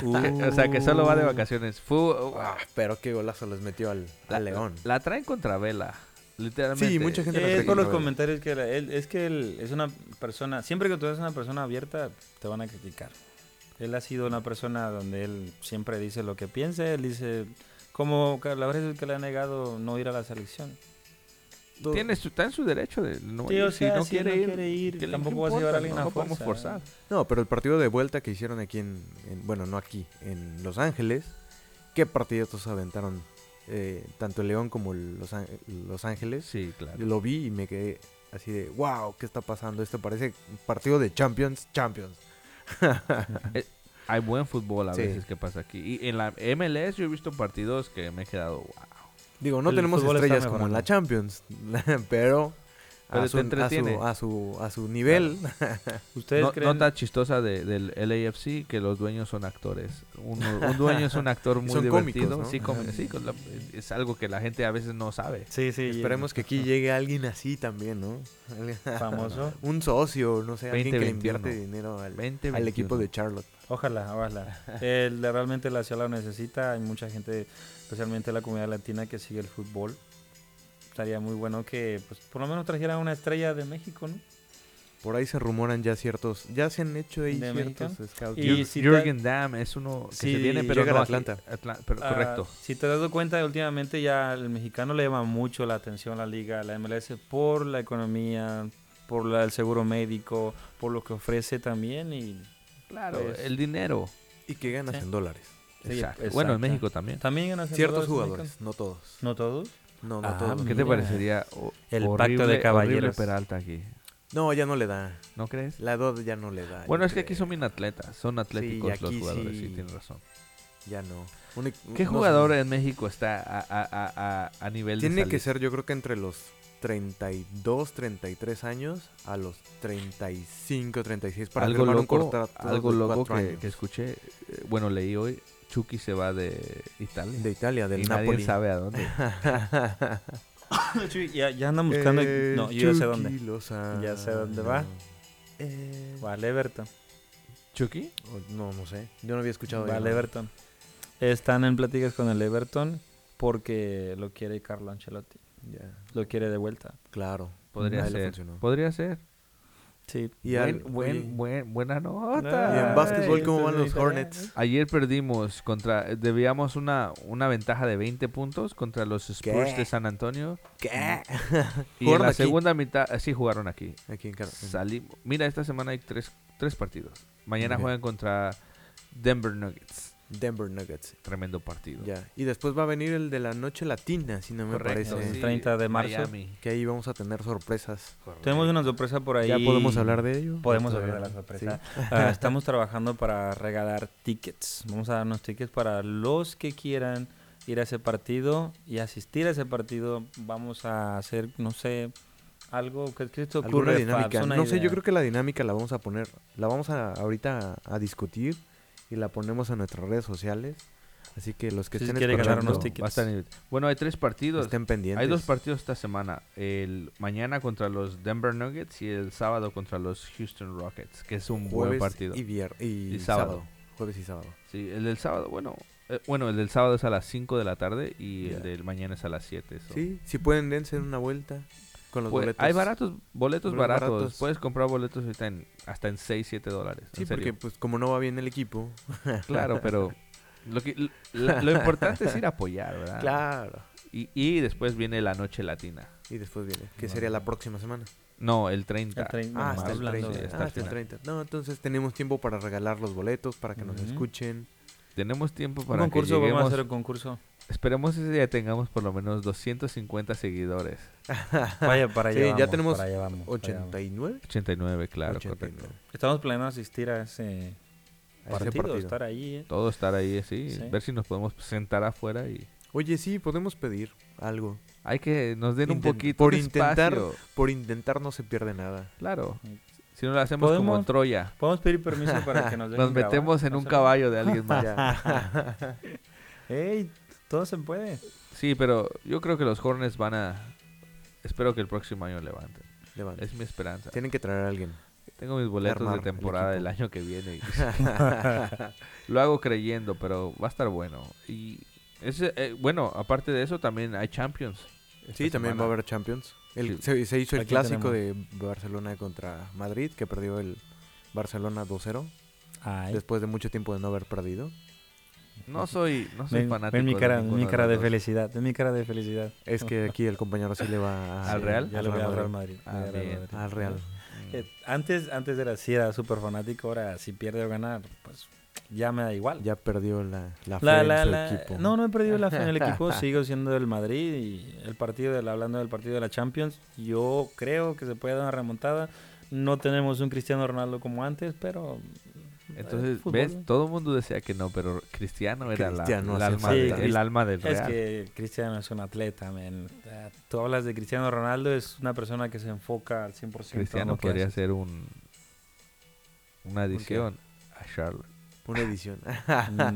S2: Que- o sea, que solo va de vacaciones. Fue,
S3: pero qué golazo les metió al,
S1: Ah,
S3: al Ah, León.
S2: La traen contra Vela, literalmente.
S3: Sí, mucha gente-
S1: Es
S3: Sí,
S1: por los
S3: no,
S1: comentarios que era- él- es que él es una persona, siempre que tú eres una persona abierta, te van a criticar. Él ha sido una persona donde él siempre dice lo que piensa, él dice, como la verdad es que le ha negado no ir a la selección.
S2: Eh, Tiene su- está en su derecho de no
S1: Sí,
S2: ir.
S1: o sea,
S2: si no
S1: si
S2: quiere
S1: no
S2: ir,
S1: quiere ir,
S2: ¿qué le
S1: tampoco vas a
S2: importa?
S1: llevar a alguien
S2: no
S1: a
S2: lo podemos
S1: fuerza.
S2: forzar.
S3: No, pero el partido de vuelta que hicieron aquí en, en- bueno, no aquí, en Los Ángeles, qué partidos aventaron eh, tanto el León como el Los, Án- Los Ángeles.
S2: Sí, claro.
S3: Lo vi y me quedé así de, wow, ¿qué está pasando? Esto parece un partido de Champions, Champions.
S2: Hay buen fútbol a
S3: Sí.
S2: veces que pasa aquí. Y en la MLS yo he visto partidos que me he quedado wow.
S3: Digo, no
S1: El
S3: tenemos
S1: fútbol está
S3: estrellas como en
S1: mejorando.
S3: la Champions, pero,
S2: Pero te
S3: a, su, a su-
S2: entretiene.
S3: a su, a su nivel.
S1: ¿Ustedes
S2: No-
S1: creen?
S2: Nota chistosa de- del LAFC que los dueños son actores. Un, un dueño es un actor muy
S3: son cómicos,
S2: divertido.
S3: ¿no?
S2: Sí, com- sí, con la- es algo que la gente a veces no sabe.
S1: Sí, sí.
S3: Esperemos que aquí llegue alguien así también, ¿no?
S1: Famoso.
S3: Un socio, no sé, alguien que le
S2: 20-21.
S3: invierte dinero al,
S2: 20,
S3: al equipo
S2: 21.
S3: de Charlotte.
S1: Ojalá, ojalá. El, de- realmente la ciudad lo necesita. Hay mucha gente, especialmente la comunidad latina, que sigue el fútbol. Estaría muy bueno que, pues, por lo menos trajera una estrella de México, ¿no?
S3: Por ahí se rumoran ya ciertos, ya se han hecho ahí
S1: ¿De
S3: ciertos este,
S1: American?
S3: scouts.
S1: Y
S2: Jür-
S1: si te-
S2: Jürgen Damm es uno que
S1: Sí,
S2: se viene, pero
S3: llega
S2: no
S3: a
S2: aquí.
S3: Atlanta.
S2: Atla- pero-
S1: Ah,
S2: correcto.
S1: si te has dado cuenta, últimamente ya el mexicano le llama mucho la atención la liga, la MLS, por la economía, por la- el seguro médico, por lo que ofrece también. Y,
S2: Claro,
S1: pues,
S2: el dinero.
S3: Y que ganas
S1: Sí.
S3: en dólares.
S1: Sí,
S2: Exacto.
S1: exacto.
S2: Bueno, en México también.
S1: También ganan
S3: Ciertos jugadores, no todos.
S1: No todos.
S3: No, no
S1: Ah,
S3: todos.
S2: ¿Qué
S1: mira.
S2: te parecería o-
S1: El pacto
S2: horrible-
S1: de
S2: horrible
S1: caballeros.
S2: Peralta aquí?
S3: No, ya no le da.
S2: ¿No crees?
S3: La edad ya no le da.
S2: Bueno,
S3: yo
S2: es que aquí
S3: creo.
S2: son bien atletas. Son atléticos los
S3: aquí
S2: jugadores, sí,
S3: sí.
S2: tienes razón.
S3: Ya no. Uni-
S2: ¿Qué
S3: no sé.
S2: jugador en México está a, a- a- a- a nivel de
S3: Tiene que
S2: salir?
S3: ser, yo creo que entre los 32, 33 años a los 35, 36 para
S2: algo
S3: firmar un
S2: loco,
S3: contrato
S2: algo
S3: de
S2: loco
S3: cuatro
S2: que,
S3: años.
S2: que escuché, eh, bueno, leí hoy, Chucky se va de Italia.
S3: de Italia, del
S2: y nadie
S3: Napoli.
S2: sabe a dónde.
S1: ya, ya andan buscando.
S3: Eh,
S1: no, yo ya sé dónde.
S3: Chucky Lozano.
S1: Ya sé dónde va.
S3: Eh,
S1: Vale, Everton.
S2: ¿Chucky?
S3: oh, no, no sé. Yo no había escuchado. de él,
S1: Vale,
S3: ¿no?
S1: Everton. Están en pláticas con el Everton porque lo quiere Carlo Ancelotti.
S3: Ya,
S1: Lo quiere de vuelta.
S3: claro.
S2: Podría
S3: A él le
S2: ser.
S3: funcionó.
S2: Podría ser.
S1: Sí.
S3: Y,
S2: buen,
S3: al-
S2: buen-
S3: oye,
S2: buen- buena
S3: y en
S1: Ay,
S2: nota. Eh,
S3: básquetbol, ¿cómo
S1: entonces
S3: van los
S1: ahorita-
S3: Hornets?
S2: Ayer perdimos contra, eh, debíamos una, una ventaja de 20 puntos contra los Spurs
S3: ¿Qué?
S2: de San Antonio.
S3: ¿Qué?
S2: Y en
S3: Jugaron
S2: la
S3: aquí.
S2: segunda mitad, eh, sí jugaron aquí.
S3: Aquí en Car- en-
S2: Salimos. Mira, esta semana hay tres, tres partidos. Mañana
S3: Ok.
S2: juegan contra Denver Nuggets.
S3: Denver Nuggets.
S2: Tremendo partido.
S3: Ya. Y después va a venir el de la noche latina, si no me
S2: Correcto,
S3: parece.
S1: sí. 30 de marzo.
S2: Miami.
S3: Que ahí vamos a tener sorpresas.
S1: Tenemos una sorpresa por ahí.
S3: ¿Ya podemos hablar de ello?
S1: Podemos
S3: Todavía
S1: hablar de la
S3: no.
S1: sorpresa.
S3: Sí.
S1: Ah, estamos trabajando para regalar tickets. Vamos a darnos tickets para los que quieran ir a ese partido y asistir a ese partido. Vamos a hacer, no sé, algo que, que te
S3: Alguna
S1: ocurre. Fabs?
S3: dinámica.
S1: Una
S3: No sé, yo
S1: idea.
S3: creo que la dinámica la vamos a poner. La vamos a ahorita a, a discutir y la ponemos en nuestras redes sociales. Así que los que
S1: Si se
S3: estén
S1: quiere ganar
S3: escuchando,
S1: unos tickets.
S2: Va a estar en- Bueno, hay tres partidos.
S3: estén pendientes.
S2: Hay dos partidos esta semana. El mañana contra los Denver Nuggets y el sábado contra los Houston Rockets, que es un buen
S3: Jueves
S2: partido.
S3: y, vier- y
S2: Y sábado.
S3: sábado. Jueves y sábado.
S2: Sí, el del sábado, bueno, eh, bueno, el del sábado es a las 5 de la tarde y
S3: Ya.
S2: el del mañana es a las 7. so.
S3: Sí, si pueden dense una vuelta con los
S2: Pues,
S3: boletos.
S2: hay baratos, boletos
S3: Boletos
S2: baratos.
S3: baratos.
S2: Puedes comprar boletos ahorita en- hasta en 6, 7 dólares.
S3: Sí,
S2: en serio.
S3: porque pues como no va bien el equipo.
S2: Claro, pero lo, que, l- la- lo importante es ir a apoyar, ¿verdad?
S3: Claro.
S2: Y, y después viene la noche latina.
S3: Y después viene, que
S1: Bueno.
S3: sería la próxima semana.
S2: No, el 30.
S1: El 30,
S3: Ah,
S1: no,
S3: hasta el
S1: hablando
S3: 30.
S1: de-
S2: hasta
S3: Ah,
S2: el
S3: hasta el
S2: final.
S3: 30. No, entonces tenemos tiempo para regalar los boletos, para que nos
S1: Ujú.
S3: escuchen.
S2: Tenemos tiempo
S1: Un
S2: para que
S1: concurso, vamos
S2: lleguemos.
S1: a hacer un concurso.
S2: Esperemos ese día tengamos por lo menos 250 seguidores.
S1: Vaya, para allá
S3: Sí, ya
S1: vamos,
S3: tenemos
S1: para allá vamos, para allá vamos.
S3: 89.
S2: 89, claro,
S3: 89.
S2: correcto.
S1: Estamos planeando asistir a ese
S3: A ese
S1: partido,
S3: partido.
S1: estar ahí. ¿eh?
S2: Todo estar ahí así,
S1: Sí.
S2: ver si nos podemos sentar afuera y
S3: Oye, sí, podemos pedir algo.
S2: hay que nos den un
S3: Inten-
S2: poquito
S3: por
S2: de
S3: intentar-
S2: espacio.
S3: Por intentar no se pierde nada.
S2: Claro. Si no lo hacemos como en
S1: Mm. ¿Podemos?
S2: Troya,
S1: Podemos pedir permiso para que nos dejen grabar?
S2: nos metemos en
S1: No
S2: un
S1: sé.
S2: caballo de alguien más.
S3: Ya.
S1: ¡Ey! Todo se puede.
S2: Sí, pero yo creo que los Hornets van a espero que el próximo año levanten.
S3: Levanta.
S2: Es mi esperanza.
S3: Tienen que traer a alguien.
S2: Tengo mis boletos
S3: armar
S2: de
S3: el
S2: temporada del año que viene. y- Lo hago creyendo, pero va a estar bueno. Y ese, eh, bueno, aparte de eso, también hay Champions. esta
S3: Sí, también
S2: semana.
S3: va a haber Champions.
S2: Sí.
S3: El- se, se hizo el
S1: Aquí
S3: clásico de Barcelona contra Madrid, que perdió el Barcelona 2-0,
S1: Ay,
S3: después de mucho tiempo de no haber perdido.
S2: No soy, no soy
S1: ven,
S2: fanático.
S1: ven mi
S2: de
S1: cara,
S2: ninguno
S1: mi cara de
S2: los dos.
S1: felicidad. Ven mi cara de felicidad.
S3: Es que aquí el compañero sí le va a-
S2: ¿Al
S1: Sí,
S2: Real?
S1: Ya lo voy al Real
S3: Madrid.
S1: Madrid.
S2: Ah,
S1: le voy al
S2: bien.
S1: Real Madrid.
S3: Al Real.
S1: Eh, Antes, antes era así, era súper fanático. Ahora, si pierde o ganar, pues ya me da igual.
S3: Ya perdió la, la,
S1: La-
S3: fe en
S1: la-
S3: su
S1: la-
S3: equipo.
S1: No, no he perdido la fe en el equipo. Sigo siendo del Madrid y el partido, del, hablando del partido de la Champions, yo creo que se puede dar una remontada. No tenemos un Cristiano Ronaldo como antes, pero... eh,
S2: Entonces,
S1: fútbol,
S2: ¿ves?
S1: ¿no?
S2: Todo el mundo decía que no, pero Cristiano era la-
S3: Cristiano
S2: el,
S3: hace
S2: alma,
S1: falta.
S2: de-
S1: Sí,
S2: el
S1: Crist-
S2: alma del
S1: Es
S2: Real.
S1: que Cristiano es un atleta, man. Eh, Tú hablas de Cristiano Ronaldo, es una persona que se enfoca al 100%. en
S2: Cristiano
S1: lo que
S2: podría
S1: hace.
S2: ser un, una adición a Charlotte.
S3: Una edición.
S1: No.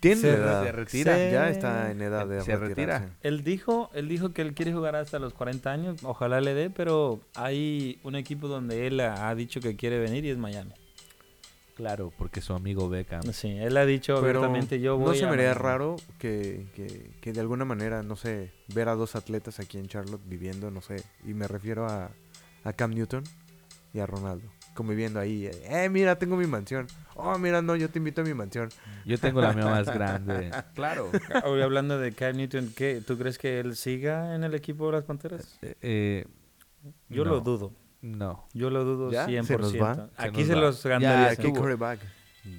S3: Tiene
S1: Se-
S3: edad.
S2: se retira.
S3: Ya está en edad de
S2: Se retira.
S3: retirarse.
S1: Él dijo, él dijo que él quiere jugar hasta los 40 años, ojalá le dé, pero hay un equipo donde él ha, ha dicho que quiere venir y es Miami.
S2: Claro, porque su amigo Beckham.
S1: Sí, él ha dicho
S3: Pero
S1: abiertamente yo voy
S3: no se
S1: a
S3: me haría
S1: Miami".
S3: raro que, que, que de alguna manera, no sé, ver a dos atletas aquí en Charlotte viviendo, no sé, y me refiero a, a Cam Newton y a Ronaldo, conviviendo ahí, eh, "Eh, mira, tengo mi mansión, oh, mira, no, yo te invito a mi mansión.
S2: Yo tengo la mía más grande. Claro.
S1: Hoy hablando de Cam Newton, ¿qué? ¿tú crees que él siga en el equipo de las Panteras?
S2: Eh, eh,
S1: Yo
S2: no,
S1: lo dudo,
S2: No.
S1: yo lo dudo
S3: ¿Ya?
S1: 100%.
S3: ¿Se nos va?
S2: Se
S1: Aquí
S2: nos
S1: se,
S2: va.
S1: los
S2: Ya,
S1: garantizo.
S3: ¿Qué
S2: estuvo.
S3: quarterback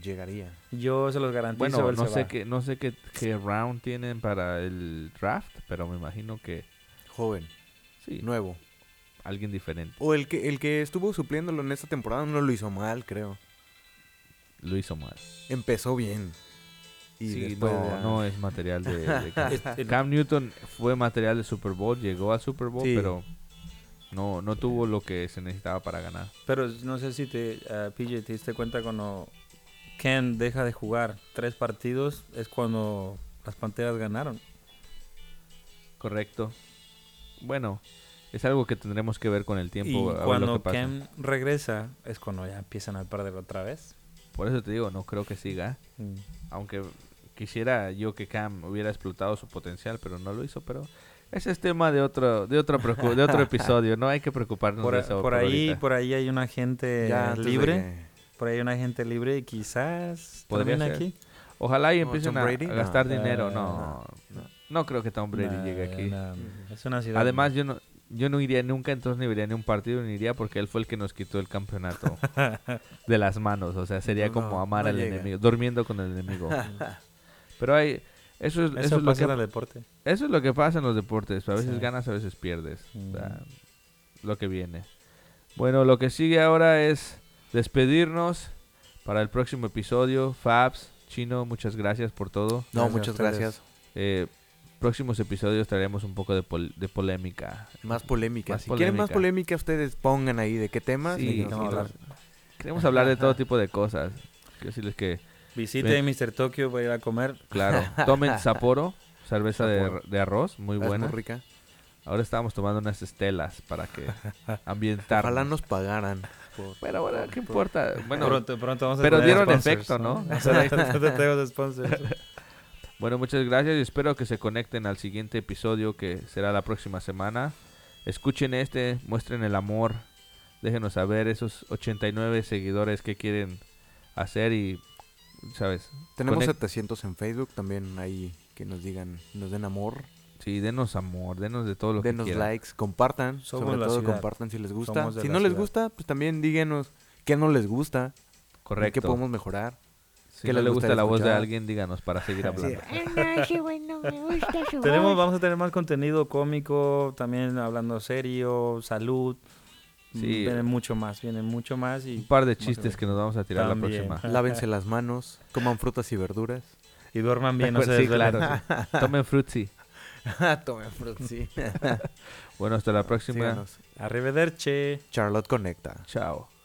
S3: llegaría?
S1: Yo se los garantizo.
S2: Bueno,
S1: él
S2: no
S1: se
S2: sé,
S1: va.
S2: qué, no sé qué, qué round tienen para el draft, pero me imagino que
S3: Joven,
S2: sí,
S3: nuevo.
S2: alguien diferente.
S3: O el que, el que estuvo supliéndolo en esta temporada no lo hizo mal, creo.
S2: Lo hizo mal.
S3: Empezó bien. Y
S2: Sí,
S3: después
S2: no,
S3: ya-
S2: no es material de, de Cam.
S1: Este,
S2: Cam Newton fue material de Super Bowl, llegó al Super Bowl,
S3: Sí.
S2: pero no, no tuvo lo que se necesitaba para ganar.
S1: Pero no sé si te, ah, PJ, te diste cuenta cuando Ken deja de jugar tres partidos, es cuando las Panteras ganaron.
S2: Correcto. Bueno, es algo que tendremos que ver con el tiempo. a
S1: y
S2: ver lo que
S1: cuando
S2: pasa.
S1: Ken regresa, es cuando ya empiezan a perder otra vez.
S2: Por eso te digo, no creo que siga.
S3: Mm.
S2: Aunque quisiera yo que Cam hubiera explotado su potencial, pero no lo hizo. Pero ese es tema de otro, de otro, preocu- de otro episodio. No hay que preocuparnos
S1: Por,
S2: de
S1: a-
S2: eso.
S1: por ahí,
S2: ahorita.
S1: por ahí hay una gente
S3: ya Eh, antes de
S1: libre.
S3: que-
S1: Por ahí hay una gente libre y quizás
S2: Podría
S1: termine
S2: ser.
S1: aquí.
S2: Ojalá y
S3: No,
S2: empiecen
S3: Tom
S2: a,
S3: Brady,
S2: a
S3: no.
S2: gastar
S1: Eh,
S2: dinero. No,
S3: no,
S2: no, creo que Tom Brady
S1: Nah,
S2: llegue aquí.
S1: nah, es una ciudad.
S2: Además, yo no, yo no iría nunca, entonces ni vería ni un partido ni iría porque él fue el que nos quitó el campeonato de las manos. O sea, sería
S3: No,
S2: como
S3: no,
S2: amar
S3: no
S2: al
S3: llega.
S2: enemigo, durmiendo con el enemigo. Pero hay, eso es, eso,
S1: eso
S2: es lo
S1: pasa
S2: que,
S1: en el deporte.
S2: eso es lo que pasa en los deportes. A veces
S1: Sí.
S2: ganas, a veces pierdes. O sea,
S1: Ujú.
S3: Mm.
S2: lo que viene. Bueno, lo que sigue ahora es despedirnos para el próximo episodio. Fabs, Chino, muchas gracias por todo.
S3: No,
S1: Gracias a
S3: muchas
S1: ustedes.
S3: gracias.
S2: Eh, próximos episodios traeremos un poco de, pol- de polémica.
S3: Más polémica.
S2: Más
S3: si quieren más
S2: polémica.
S3: polémica, ustedes pongan ahí de qué temas.
S2: Sí,
S3: y
S2: no,
S3: nosotros-
S1: hablar.
S2: Queremos hablar de todo tipo de cosas. Quiero decirles que,
S1: Visite Mr. Tokio para ir a comer.
S2: claro, tomen Sapporo, cerveza de,
S3: Sapporo.
S2: de arroz, muy
S3: es muy
S2: buena.
S3: rica.
S2: Ahora estábamos tomando unas estelas para que
S3: Ojalá
S2: ambientar.
S3: nos pagaran. por-
S2: Pero bueno, ¿qué importa? Bueno,
S1: pronto, pronto vamos a
S2: pero
S1: tener
S2: dieron
S1: sponsors,
S2: efecto, ¿no?
S1: O sea, tenemos sponsors.
S2: Bueno, muchas gracias y espero que se conecten al siguiente episodio que será la próxima semana. Escuchen este, muestren el amor, déjenos saber esos 89 seguidores que quieren hacer y, ¿sabes?
S3: Tenemos
S2: Conec-
S3: 700 en Facebook también ahí que nos digan, nos den amor,
S2: Sí, denos amor, denos de todo lo que
S3: denos
S2: quieran.
S3: likes, compartan,
S1: Somos
S3: sobre
S1: la
S3: todo
S1: ciudad.
S3: compartan si les gusta.
S1: Somos de
S3: Si
S1: la
S3: no les
S1: ciudad.
S3: gusta, pues también díganos qué no les gusta, en
S2: Correcto.
S3: qué podemos mejorar.
S2: si
S3: que
S2: no
S3: les
S2: le gusta
S3: gustaría
S2: la voz de
S3: escuchar.
S2: alguien, díganos para seguir hablando.
S4: Ah, no, ese güey no me gusta su
S1: Tenemos,
S4: voz.
S1: vamos a tener más contenido cómico, también hablando serio, salud.
S2: Sí.
S1: Viene mucho más, viene mucho más. Y,
S2: Un par de
S1: Vamos a
S2: chistes
S1: ver.
S2: que nos vamos a tirar
S1: También.
S2: la próxima.
S3: Lávense las manos, coman frutas y verduras.
S1: y duerman bien, no se
S2: Sí,
S1: desvelen.
S2: claro. sí. Tomen frutzi.
S3: Tomen frutas, sí.
S2: Bueno, hasta la próxima.
S3: Síganos.
S1: Arrivederci.
S3: Charlotte Conecta.
S2: Chao.